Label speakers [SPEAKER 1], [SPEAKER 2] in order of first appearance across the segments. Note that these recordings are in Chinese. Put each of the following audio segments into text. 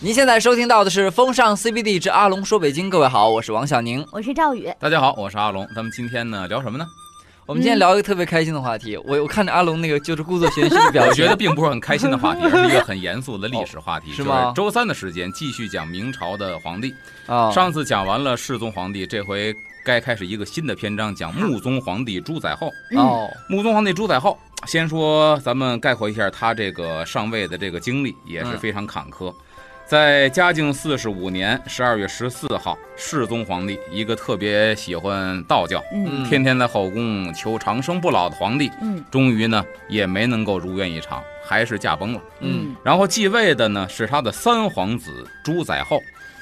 [SPEAKER 1] 您现在收听到的是《风尚 CBD 之阿龙说北京》，各位好，我是王小宁。
[SPEAKER 2] 我是赵宇，
[SPEAKER 3] 大家好，我是阿龙。咱们今天呢聊什 么呢？
[SPEAKER 1] 我们今
[SPEAKER 3] 嗯
[SPEAKER 1] 天聊一个特别开心的话题，我我看着阿龙那个就是故作玄虚的表
[SPEAKER 3] 我
[SPEAKER 1] 情
[SPEAKER 3] 觉得并不是很开心 的话题，而是一个很严肃的历史话题。
[SPEAKER 1] 哦是吗
[SPEAKER 3] 就是周三的时间继续讲明朝的皇帝。
[SPEAKER 1] 啊，
[SPEAKER 3] 上次讲完了世宗皇帝，这回该开始一个新的篇章，讲穆宗皇帝朱载垕。
[SPEAKER 1] 哦，
[SPEAKER 3] 穆宗皇帝朱载垕，先说咱们概括一下他这个上位的这个经历，也是非常坎坷。在嘉靖四十五年十二月十四号，世宗皇帝一个特别喜欢道教，
[SPEAKER 1] 嗯
[SPEAKER 3] 天天在后宫求长生不老的皇帝，
[SPEAKER 2] 嗯
[SPEAKER 3] 终于呢也没能够如愿以偿，还是驾崩了。
[SPEAKER 1] 嗯
[SPEAKER 2] 嗯
[SPEAKER 3] 然后继位的呢是他的三皇子朱载垕，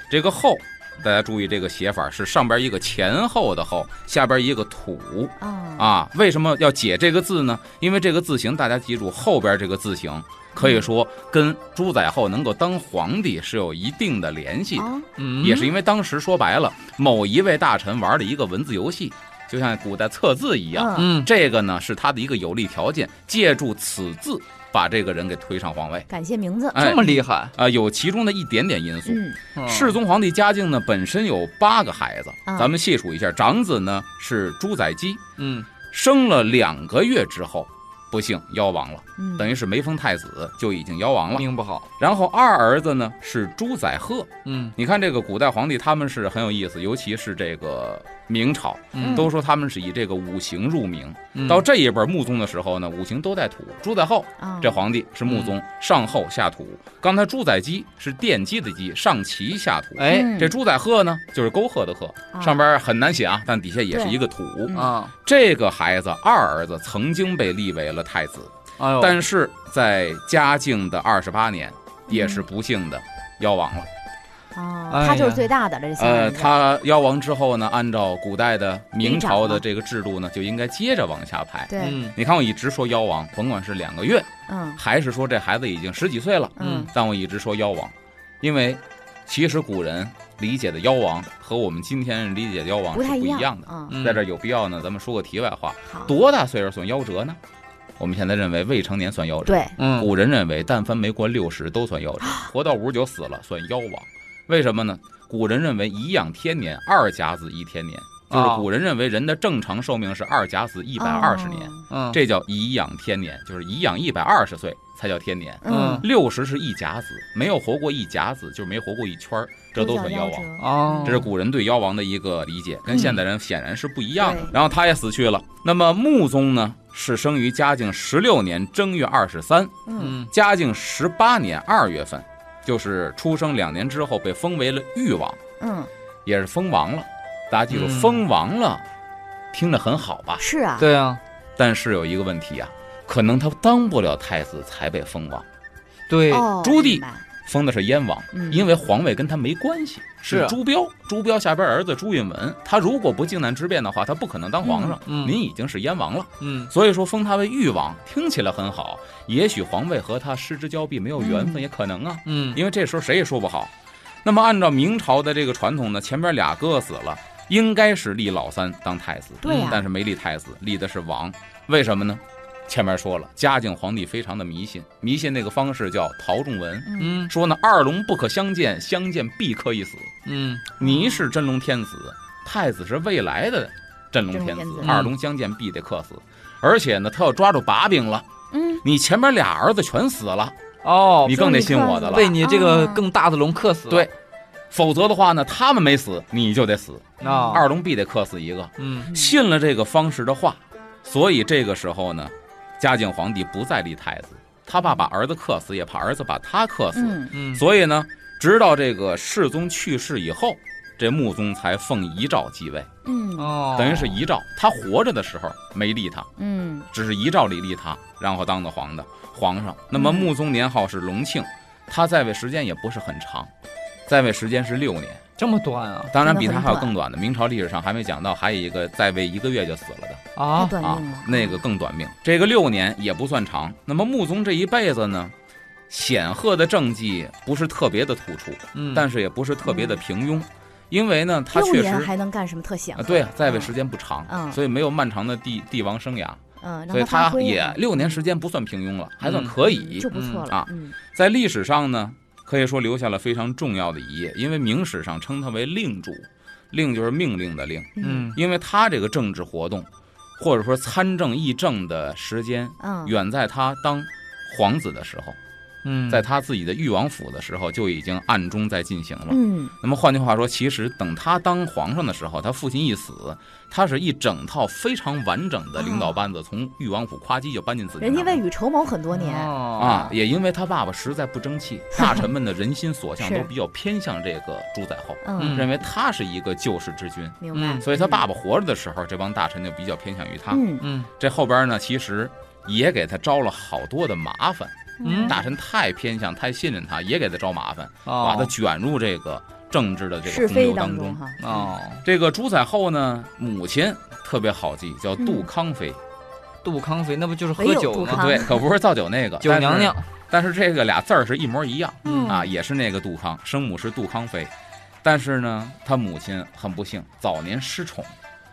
[SPEAKER 3] 这个后。大家注意这个写法是上边一个前后的后，下边一个土
[SPEAKER 2] 啊
[SPEAKER 3] 啊。为什么要解这个字呢？因为这个字形，大家记住后边这个字形，可以说跟朱载垕能够当皇帝是有一定的联系的。
[SPEAKER 2] 啊
[SPEAKER 1] 嗯
[SPEAKER 3] 也是因为当时说白了，某一位大臣玩了一个文字游戏，就像古代测字一样，
[SPEAKER 2] 嗯，
[SPEAKER 1] 嗯，
[SPEAKER 3] 这个呢是他的一个有利条件，借助此字把这个人给推上皇位。
[SPEAKER 2] 感谢名字，
[SPEAKER 3] 哎
[SPEAKER 1] 这么厉害，
[SPEAKER 3] 啊、有其中的一点点因素。
[SPEAKER 2] 嗯
[SPEAKER 1] 嗯
[SPEAKER 3] 世宗皇帝嘉靖呢，本身有八个孩子，
[SPEAKER 2] 啊
[SPEAKER 3] 咱们细数一下，长子呢是朱载基，
[SPEAKER 1] 嗯
[SPEAKER 3] 生了两个月之后，不幸夭亡了，
[SPEAKER 2] 嗯，
[SPEAKER 3] 等于是没封太子就已经夭亡了。
[SPEAKER 1] 命不好，
[SPEAKER 3] 然后二儿子呢是朱载垕，
[SPEAKER 1] 嗯
[SPEAKER 3] 你看这个古代皇帝他们是很有意思，尤其是这个明朝，
[SPEAKER 1] 嗯
[SPEAKER 3] 都说他们是以这个五行入名。
[SPEAKER 1] 嗯
[SPEAKER 3] 到这一辈穆宗的时候呢，五行都带土，朱载垕
[SPEAKER 2] 啊
[SPEAKER 3] 这皇帝是穆宗，上厚下土。刚才朱载基是奠基的基，上齐下土。
[SPEAKER 1] 哎
[SPEAKER 2] 嗯
[SPEAKER 3] 这朱载垕呢，就是沟壑的壑，
[SPEAKER 2] 啊
[SPEAKER 3] 上边很难写啊，但底下也是一个土。
[SPEAKER 2] 哦嗯
[SPEAKER 1] 啊，
[SPEAKER 3] 这个孩子二儿子曾经被立为了太子，
[SPEAKER 1] 哎呦，
[SPEAKER 3] 但是在嘉靖的二十八年，也是不幸的夭亡了。
[SPEAKER 2] 啊，
[SPEAKER 1] 哎
[SPEAKER 2] 他就
[SPEAKER 1] 呀
[SPEAKER 2] 是最大的了，这三个
[SPEAKER 3] 呃，
[SPEAKER 2] 人
[SPEAKER 3] 他夭亡之后呢，按照古代的明朝的
[SPEAKER 2] 明朝
[SPEAKER 3] 这个制度呢，就应该接着往下排。
[SPEAKER 2] 对，
[SPEAKER 1] 嗯
[SPEAKER 3] 你看，我一直说夭亡，甭管是两个月，
[SPEAKER 2] 嗯
[SPEAKER 3] 还是说这孩子已经十几岁了，
[SPEAKER 2] 嗯
[SPEAKER 3] 但我一直说夭亡，因为其实古人理解的夭亡和我们今天理解的夭亡是
[SPEAKER 2] 太
[SPEAKER 3] 不一样
[SPEAKER 2] 样
[SPEAKER 3] 的。
[SPEAKER 2] 啊，
[SPEAKER 1] 嗯
[SPEAKER 3] 在这儿有必要呢，咱们说个题外话，
[SPEAKER 2] 好，
[SPEAKER 3] 多大岁数算夭折呢？我们现在认为未成年算夭折，
[SPEAKER 2] 对，
[SPEAKER 1] 嗯
[SPEAKER 3] 古人认为，但凡没过六十都算夭折，活到五十九死了算夭亡。为什么呢？古人认为颐养天年，二甲子一天年，就是
[SPEAKER 1] 啊
[SPEAKER 3] 古人认为人的正常寿命是二甲子一
[SPEAKER 2] 一
[SPEAKER 3] 百二十
[SPEAKER 2] 哦
[SPEAKER 3] 年，
[SPEAKER 1] 嗯
[SPEAKER 3] 这叫颐养天年，就是颐养一百二十岁才叫天年。
[SPEAKER 1] 嗯
[SPEAKER 2] 嗯，
[SPEAKER 3] 六十是一甲子，没有活过一甲子，就是没活过一圈儿，这都算啊
[SPEAKER 2] 腰
[SPEAKER 3] 夭亡。
[SPEAKER 1] 哦，
[SPEAKER 3] 这是古人对妖王的一个理解，跟现代人显然是不一样的。
[SPEAKER 2] 嗯对
[SPEAKER 3] 然后他也死去了。那么穆宗呢，是生于嘉靖十六年正月二十三，
[SPEAKER 2] 嗯
[SPEAKER 1] 嗯
[SPEAKER 3] 嘉靖十八年二月份，就是出生两年之后被封为了豫王，
[SPEAKER 2] 嗯，
[SPEAKER 3] 也是封王了。大家记住，
[SPEAKER 1] 嗯
[SPEAKER 3] 封王了，听着很好吧？
[SPEAKER 2] 是啊，
[SPEAKER 1] 对啊，
[SPEAKER 3] 但是有一个问题啊，可能他当不了太子才被封王，
[SPEAKER 1] 对，
[SPEAKER 2] 哦，
[SPEAKER 3] 朱棣
[SPEAKER 2] 明白，
[SPEAKER 3] 封的是燕王。
[SPEAKER 2] 嗯，
[SPEAKER 3] 因
[SPEAKER 2] 为
[SPEAKER 3] 为皇位跟他没关系，
[SPEAKER 1] 是啊
[SPEAKER 3] 是朱标，朱标下边儿儿子朱允文，他如果不靖难之变的话，他不可能当皇上。
[SPEAKER 1] 嗯嗯
[SPEAKER 3] 您已经是燕王了，
[SPEAKER 1] 嗯
[SPEAKER 3] 所以说封他为豫王，听起来很好，也许皇位和他失之交臂，没有缘分
[SPEAKER 2] 嗯
[SPEAKER 3] 也可能啊，
[SPEAKER 1] 嗯
[SPEAKER 3] 因为这时候谁也说不好。那么按照明朝的这个传统呢，前边俩哥死了，应该是立老三当太子，
[SPEAKER 2] 对呀
[SPEAKER 3] 但是没立太子，立的是王，为什么呢？前面说了，嘉靖皇帝非常的迷信，迷信那个方式叫陶仲文。
[SPEAKER 2] 嗯
[SPEAKER 1] 嗯
[SPEAKER 3] 说呢，二龙不可相见，相见必克一死。
[SPEAKER 1] 嗯
[SPEAKER 3] 你是真龙天子，太子是未来的真龙
[SPEAKER 2] 真
[SPEAKER 3] 天
[SPEAKER 2] 龙
[SPEAKER 3] 子
[SPEAKER 2] 天，子
[SPEAKER 3] 二龙相见必得克死。而且呢，他要抓住把柄了，
[SPEAKER 2] 嗯，
[SPEAKER 3] 你前面俩儿子全死了，
[SPEAKER 1] 哦
[SPEAKER 3] 你，更得信我的了哦
[SPEAKER 1] 被。你这个
[SPEAKER 2] 啊
[SPEAKER 1] 更大的龙克死了，
[SPEAKER 3] 对，否则的话呢，他们没死，你就得死。
[SPEAKER 1] 啊，
[SPEAKER 2] 哦
[SPEAKER 3] 二龙必得克死一个。
[SPEAKER 1] 嗯
[SPEAKER 2] 嗯
[SPEAKER 3] 信了这个方士的话，所以这个时候呢，嘉靖皇帝不再立太子，他怕把儿子克死，也怕儿子把他克死。
[SPEAKER 2] 嗯
[SPEAKER 1] 嗯
[SPEAKER 3] 所以呢，直到这个世宗去世以后，这穆宗才奉遗诏继位，啊
[SPEAKER 2] 嗯
[SPEAKER 1] 哦，
[SPEAKER 3] 等于是遗诏。他活着的时候没立他，
[SPEAKER 2] 嗯
[SPEAKER 3] 只是遗诏里立他，然后当的皇的皇上。那么
[SPEAKER 2] 嗯
[SPEAKER 3] 穆宗年号是隆庆，他在位时间也不是很长，在位时间是六年，
[SPEAKER 1] 这么短啊
[SPEAKER 3] 当
[SPEAKER 2] 真
[SPEAKER 3] 然
[SPEAKER 2] 的
[SPEAKER 3] 比他
[SPEAKER 2] 很
[SPEAKER 3] 还有
[SPEAKER 2] 短
[SPEAKER 3] 更短的。明朝历史上还没讲到，还有一个在位一个月就死了的。
[SPEAKER 2] 太
[SPEAKER 1] 啊，
[SPEAKER 2] 短
[SPEAKER 3] 啊
[SPEAKER 2] 命了，，
[SPEAKER 3] 那个更短命。这个六年也不算长。那么穆宗这一辈子呢，显赫的政绩不是特别的突出，
[SPEAKER 1] 嗯，
[SPEAKER 3] 但是也不是特别的平庸，因为呢，他
[SPEAKER 2] 六
[SPEAKER 3] 确
[SPEAKER 2] 年
[SPEAKER 3] 实。
[SPEAKER 2] 还能干什么特显
[SPEAKER 3] 啊，
[SPEAKER 2] 赫？
[SPEAKER 3] 对啊，在位时间不长，
[SPEAKER 2] 嗯
[SPEAKER 3] 所以没有漫长的帝帝王生涯，
[SPEAKER 2] 嗯，让
[SPEAKER 3] 所以
[SPEAKER 2] 发
[SPEAKER 3] 他
[SPEAKER 2] 挥
[SPEAKER 3] 也
[SPEAKER 2] 啊
[SPEAKER 3] 六年时间不算平庸了，还算可以
[SPEAKER 2] 嗯就。不错
[SPEAKER 1] 嗯
[SPEAKER 2] 了
[SPEAKER 3] 啊
[SPEAKER 2] 嗯
[SPEAKER 3] 在历史上呢，可以说留下了非常重要的一页，因为明史上称他为令主，令就是命令的令，
[SPEAKER 1] 嗯
[SPEAKER 3] 因为他这个政治活动，或者说参政议政的时间，
[SPEAKER 2] 嗯，
[SPEAKER 3] 远在他当皇子的时候，
[SPEAKER 1] 嗯，
[SPEAKER 3] 在他自己的裕王府的时候就已经暗中在进行了。
[SPEAKER 2] 嗯
[SPEAKER 3] 那么换句话说，其实等他当皇上的时候，他父亲一死，他是一整套非常完整的领导班子从裕王府夸叽就搬进自
[SPEAKER 2] 哦
[SPEAKER 3] 己
[SPEAKER 2] 人
[SPEAKER 3] 那
[SPEAKER 2] 家
[SPEAKER 3] 儿
[SPEAKER 2] 未雨绸缪很多年，
[SPEAKER 1] 哦
[SPEAKER 3] 啊，也因为他爸爸实在不争气， 大臣们的人心所向
[SPEAKER 2] 是
[SPEAKER 3] 都比较偏向这个朱载后，
[SPEAKER 2] 嗯，
[SPEAKER 3] 认为他是一个救世之君，
[SPEAKER 2] 明白。
[SPEAKER 1] 嗯
[SPEAKER 3] 所以他爸爸活着的时候，这帮大臣就比较偏向于他。
[SPEAKER 2] 嗯，
[SPEAKER 1] 嗯
[SPEAKER 3] 这后边呢，其实也给他招了好多的麻烦，
[SPEAKER 1] 嗯
[SPEAKER 3] 大臣太偏向、太信任他，也给他招麻烦，
[SPEAKER 1] 哦
[SPEAKER 3] 把他卷入这个政治的这
[SPEAKER 2] 是
[SPEAKER 3] 个洪
[SPEAKER 2] 非
[SPEAKER 3] 流当中
[SPEAKER 2] 中。哈，
[SPEAKER 1] 哦，
[SPEAKER 3] 这个朱载后呢，母亲特别好记，叫杜
[SPEAKER 2] 嗯
[SPEAKER 3] 康妃，
[SPEAKER 1] 杜康妃那不就是喝
[SPEAKER 2] 唯有
[SPEAKER 1] 酒
[SPEAKER 2] 杜
[SPEAKER 1] 吗？
[SPEAKER 2] 康
[SPEAKER 3] 对，可不是造酒那个
[SPEAKER 1] 啊酒娘娘。
[SPEAKER 3] 但是这个俩字儿是一模一样，
[SPEAKER 2] 嗯
[SPEAKER 3] 啊，也是那个杜康，生母是杜康妃，但是呢，他母亲很不幸，早年失宠，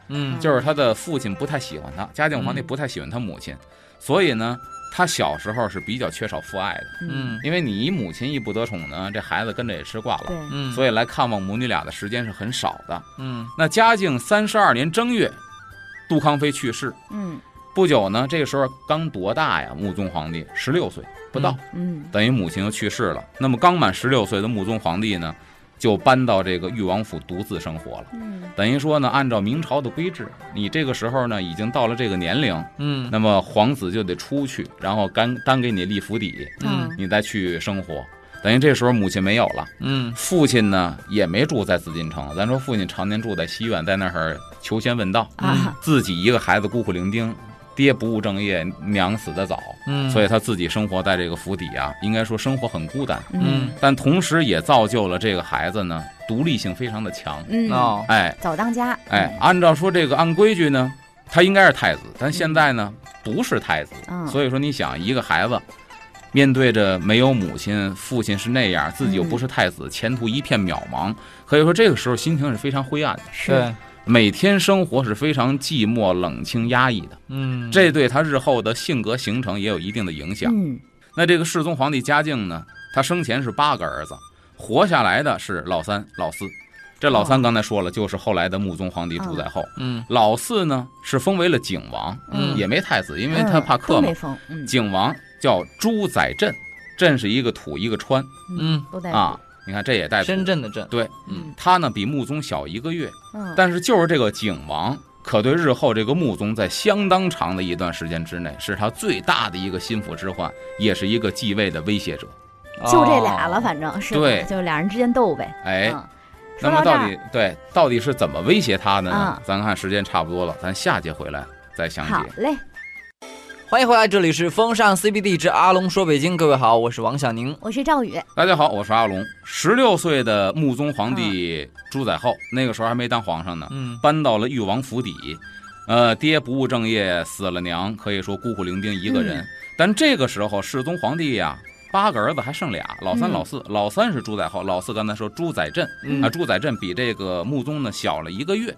[SPEAKER 1] 嗯
[SPEAKER 3] 就是他的父亲不太喜欢他，嘉靖皇帝不太喜欢他母亲，所以呢，他小时候是比较缺少父爱的，
[SPEAKER 2] 嗯，
[SPEAKER 1] 嗯
[SPEAKER 3] 因为你母亲一不得宠呢，这孩子跟着也吃挂了，
[SPEAKER 2] 对，
[SPEAKER 1] 嗯，以
[SPEAKER 3] 所以来看望母女俩的时间是很少的。
[SPEAKER 1] 嗯
[SPEAKER 3] 那嘉靖三十二年正月，杜康妃去世
[SPEAKER 2] 嗯
[SPEAKER 3] 不久呢，这个时候刚多大呀？穆宗皇帝十六岁不到。
[SPEAKER 1] 嗯
[SPEAKER 2] 嗯
[SPEAKER 3] 等于母亲就去世了。那么刚满十六岁的穆宗皇帝呢，就搬到这个裕王府独自生活了。
[SPEAKER 2] 嗯，
[SPEAKER 3] 等于说呢，按照明朝的规制，你这个时候呢已经到了这个年龄，
[SPEAKER 1] 嗯
[SPEAKER 3] 那么皇子就得出去，然后单单给你立府邸，
[SPEAKER 1] 嗯
[SPEAKER 3] 你再去生活。等于这时候母亲没有了，
[SPEAKER 1] 嗯
[SPEAKER 3] 父亲呢也没住在紫禁城。咱说父亲常年住在西苑，在那儿求仙问道，
[SPEAKER 2] 啊，
[SPEAKER 3] 自己一个孩子孤苦伶仃，爹不务正业，娘死得早，
[SPEAKER 1] 嗯，
[SPEAKER 3] 所
[SPEAKER 1] 以
[SPEAKER 3] 以他自己生活在这个府邸啊，应该说生活很孤单，
[SPEAKER 2] 嗯
[SPEAKER 3] 但同时也造就了这个孩子呢独立性非常的强。
[SPEAKER 2] 嗯，
[SPEAKER 1] 哦
[SPEAKER 3] 哎
[SPEAKER 2] 早当家，
[SPEAKER 3] 哎，按照说这个按规矩呢，他应该是太子，但现在呢不是太子，
[SPEAKER 2] 嗯，
[SPEAKER 3] 所以说你想一个孩子。面对着没有母亲，父亲是那样，自己又不是太子，前途一片渺茫，可以说这个时候心情是非常灰暗的，
[SPEAKER 2] 是
[SPEAKER 1] 对，
[SPEAKER 3] 每天生活是非常寂寞、冷清、压抑的，
[SPEAKER 1] 嗯
[SPEAKER 3] 这对他日后的性格形成也有一定的影响。
[SPEAKER 2] 嗯
[SPEAKER 3] 那这个世宗皇帝嘉靖呢，他生前是八个儿子，活下来的是老三、老四。这老
[SPEAKER 2] 哦
[SPEAKER 3] 三刚才说了，就是后来的穆宗皇帝朱载后。
[SPEAKER 1] 嗯
[SPEAKER 3] 老四呢是封为了景王，
[SPEAKER 2] 嗯
[SPEAKER 3] 也没太子，因为他怕克
[SPEAKER 2] 东
[SPEAKER 3] 嘛
[SPEAKER 2] 北。风，嗯
[SPEAKER 3] 景王叫朱载镇，镇是一个土一个川
[SPEAKER 1] 嗯，
[SPEAKER 2] 都在
[SPEAKER 3] 啊，你看这也带土。
[SPEAKER 1] 深圳的镇，
[SPEAKER 3] 对
[SPEAKER 1] 嗯
[SPEAKER 3] 他呢比穆宗小一个月，
[SPEAKER 2] 嗯，
[SPEAKER 3] 但是就是这个景王，可对日后这个穆宗在相当长的一段时间之内，是他最大的一个心腹之患，也是一个继位的威胁者。
[SPEAKER 1] 哦
[SPEAKER 2] 就这俩了，反正是吧
[SPEAKER 3] 哦对
[SPEAKER 2] 就俩人之间斗呗。
[SPEAKER 3] 哎，
[SPEAKER 2] 嗯，
[SPEAKER 3] 那
[SPEAKER 2] 说
[SPEAKER 3] 么
[SPEAKER 2] 到这
[SPEAKER 3] 到
[SPEAKER 2] 儿，
[SPEAKER 3] 底对到底是怎么威胁他的呢
[SPEAKER 2] 嗯？
[SPEAKER 3] 咱看时间差不多了，咱下节回来再详
[SPEAKER 2] 好
[SPEAKER 3] 解。
[SPEAKER 2] 嘞，
[SPEAKER 1] 欢迎回来，这里是风尚 CBD 之阿龙说北京，各位好，我是王小宁。
[SPEAKER 2] 我是赵宇，
[SPEAKER 3] 大家好，我是阿龙。十六岁的穆宗皇帝
[SPEAKER 2] 啊
[SPEAKER 3] 朱载后，那个时候还没当皇上呢，
[SPEAKER 1] 嗯
[SPEAKER 3] 搬到了裕王府邸。呃，爹不务正业，死了娘，可以说孤苦伶仃一个
[SPEAKER 2] 嗯
[SPEAKER 3] 人。但这个时候，世宗皇帝呀、八个儿子还剩俩，老三、
[SPEAKER 2] 嗯
[SPEAKER 3] 老四。老三是朱载后，老四刚才说朱载镇，
[SPEAKER 1] 嗯
[SPEAKER 3] 啊，朱载镇比这个穆宗呢小了一个月，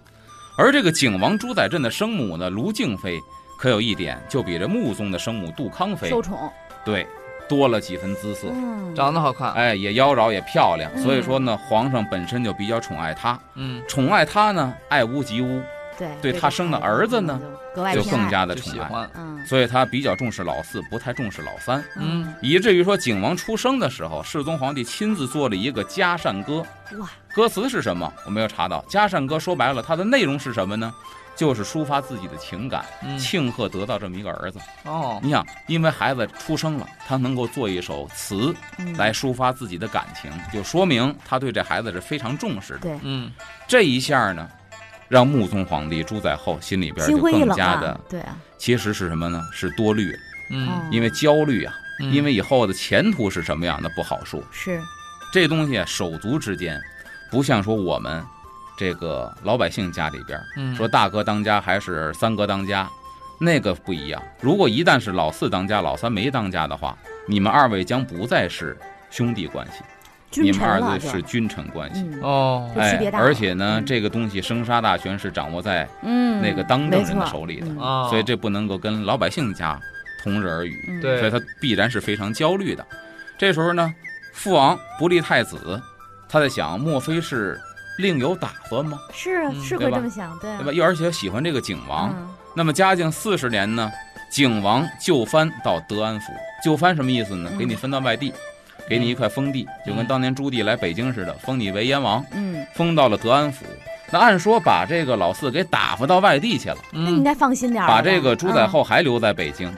[SPEAKER 3] 而这个景王朱载镇的生母呢卢敬妃，可有一点就比这穆宗的生母杜康妃
[SPEAKER 2] 受宠，
[SPEAKER 3] 对多了几分姿色，
[SPEAKER 2] 嗯，
[SPEAKER 1] 长得好看，
[SPEAKER 3] 哎，也妖娆也漂亮，
[SPEAKER 2] 嗯
[SPEAKER 3] 所以说呢，皇上本身就比较宠爱她，
[SPEAKER 1] 嗯
[SPEAKER 3] 宠爱她呢，爱屋及乌，
[SPEAKER 2] 对，
[SPEAKER 3] 对他生的儿子呢，
[SPEAKER 2] 格外
[SPEAKER 3] 就
[SPEAKER 2] 偏
[SPEAKER 3] 更
[SPEAKER 2] 爱，
[SPEAKER 3] 加的
[SPEAKER 1] 就
[SPEAKER 3] 宠
[SPEAKER 1] 喜
[SPEAKER 3] 爱，
[SPEAKER 1] 欢，
[SPEAKER 2] 嗯
[SPEAKER 3] 所以他比较重视老四，不太重视老三。
[SPEAKER 1] 嗯
[SPEAKER 3] 以至于说景王出生的时候，世宗皇帝亲自做了一个嘉善歌。
[SPEAKER 2] 哇，
[SPEAKER 3] 歌词是什么？我没有查到。嘉善歌说白了，它的内容是什么呢？就是抒发自己的情感，
[SPEAKER 1] 嗯
[SPEAKER 3] 庆贺得到这么一个儿子。
[SPEAKER 1] 哦
[SPEAKER 3] 你想，因为孩子出生了，他能够做一首词
[SPEAKER 2] 嗯
[SPEAKER 3] 来抒发自己的感情，就说明他对这孩子是非常重视的。
[SPEAKER 2] 对，
[SPEAKER 1] 嗯
[SPEAKER 3] 这一下呢，让穆宗皇帝朱载后心里边
[SPEAKER 2] 心
[SPEAKER 3] 就
[SPEAKER 2] 灰意
[SPEAKER 3] 更
[SPEAKER 2] 冷
[SPEAKER 3] 加的
[SPEAKER 2] 啊，，对啊，
[SPEAKER 3] 其实是什么呢？是多虑了，
[SPEAKER 1] 嗯，
[SPEAKER 2] 嗯
[SPEAKER 3] 因为焦虑啊，
[SPEAKER 1] 嗯
[SPEAKER 3] 因为以后的前途是什么样的不好说。
[SPEAKER 2] 是
[SPEAKER 3] 这东西手足之间，不像说我们这个老百姓家里边儿
[SPEAKER 1] 嗯
[SPEAKER 3] 说大哥当家还是三哥当家，那个不一样。如果一旦是老四当家，老三没当家的话，你们二位将不再是兄弟关系，
[SPEAKER 2] 君
[SPEAKER 3] 你们
[SPEAKER 2] 臣
[SPEAKER 3] 二
[SPEAKER 2] 了
[SPEAKER 3] 位
[SPEAKER 2] 就是
[SPEAKER 3] 君臣关系。
[SPEAKER 2] 嗯
[SPEAKER 1] 哦
[SPEAKER 3] 哎
[SPEAKER 2] 就区别大了
[SPEAKER 3] 而且呢，
[SPEAKER 2] 嗯
[SPEAKER 3] 这个东西生杀大权是掌握在
[SPEAKER 2] 嗯
[SPEAKER 3] 那个当政人
[SPEAKER 2] 没
[SPEAKER 3] 的
[SPEAKER 2] 错
[SPEAKER 3] 手里的，
[SPEAKER 2] 嗯
[SPEAKER 1] 哦，
[SPEAKER 3] 所以这不能够跟老百姓家同日而语。
[SPEAKER 2] 嗯
[SPEAKER 1] 对
[SPEAKER 3] 所以他必然是非常焦虑的。这时候呢，父王不立太子，他在想，莫非是另有打算吗？
[SPEAKER 2] 是啊
[SPEAKER 1] 嗯
[SPEAKER 2] 是
[SPEAKER 3] 对
[SPEAKER 2] 会
[SPEAKER 3] 吧
[SPEAKER 2] 这么想，对
[SPEAKER 3] 对吧？又而且喜欢这个景王，
[SPEAKER 2] 嗯，
[SPEAKER 3] 那么嘉靖四十年呢，景王就藩到德安府。就藩什么意思呢？
[SPEAKER 2] 嗯
[SPEAKER 3] 给你分到外地，给你一块封地，就跟当年朱棣来北京似的，封你为燕王，
[SPEAKER 2] 嗯，
[SPEAKER 3] 封到了德安府。那按说把这个老四给打发到外地去了，
[SPEAKER 2] 那你应
[SPEAKER 1] 嗯
[SPEAKER 2] 该放心点儿了吧。
[SPEAKER 3] 把这个朱载
[SPEAKER 2] 嗯
[SPEAKER 3] 垕还留在北京。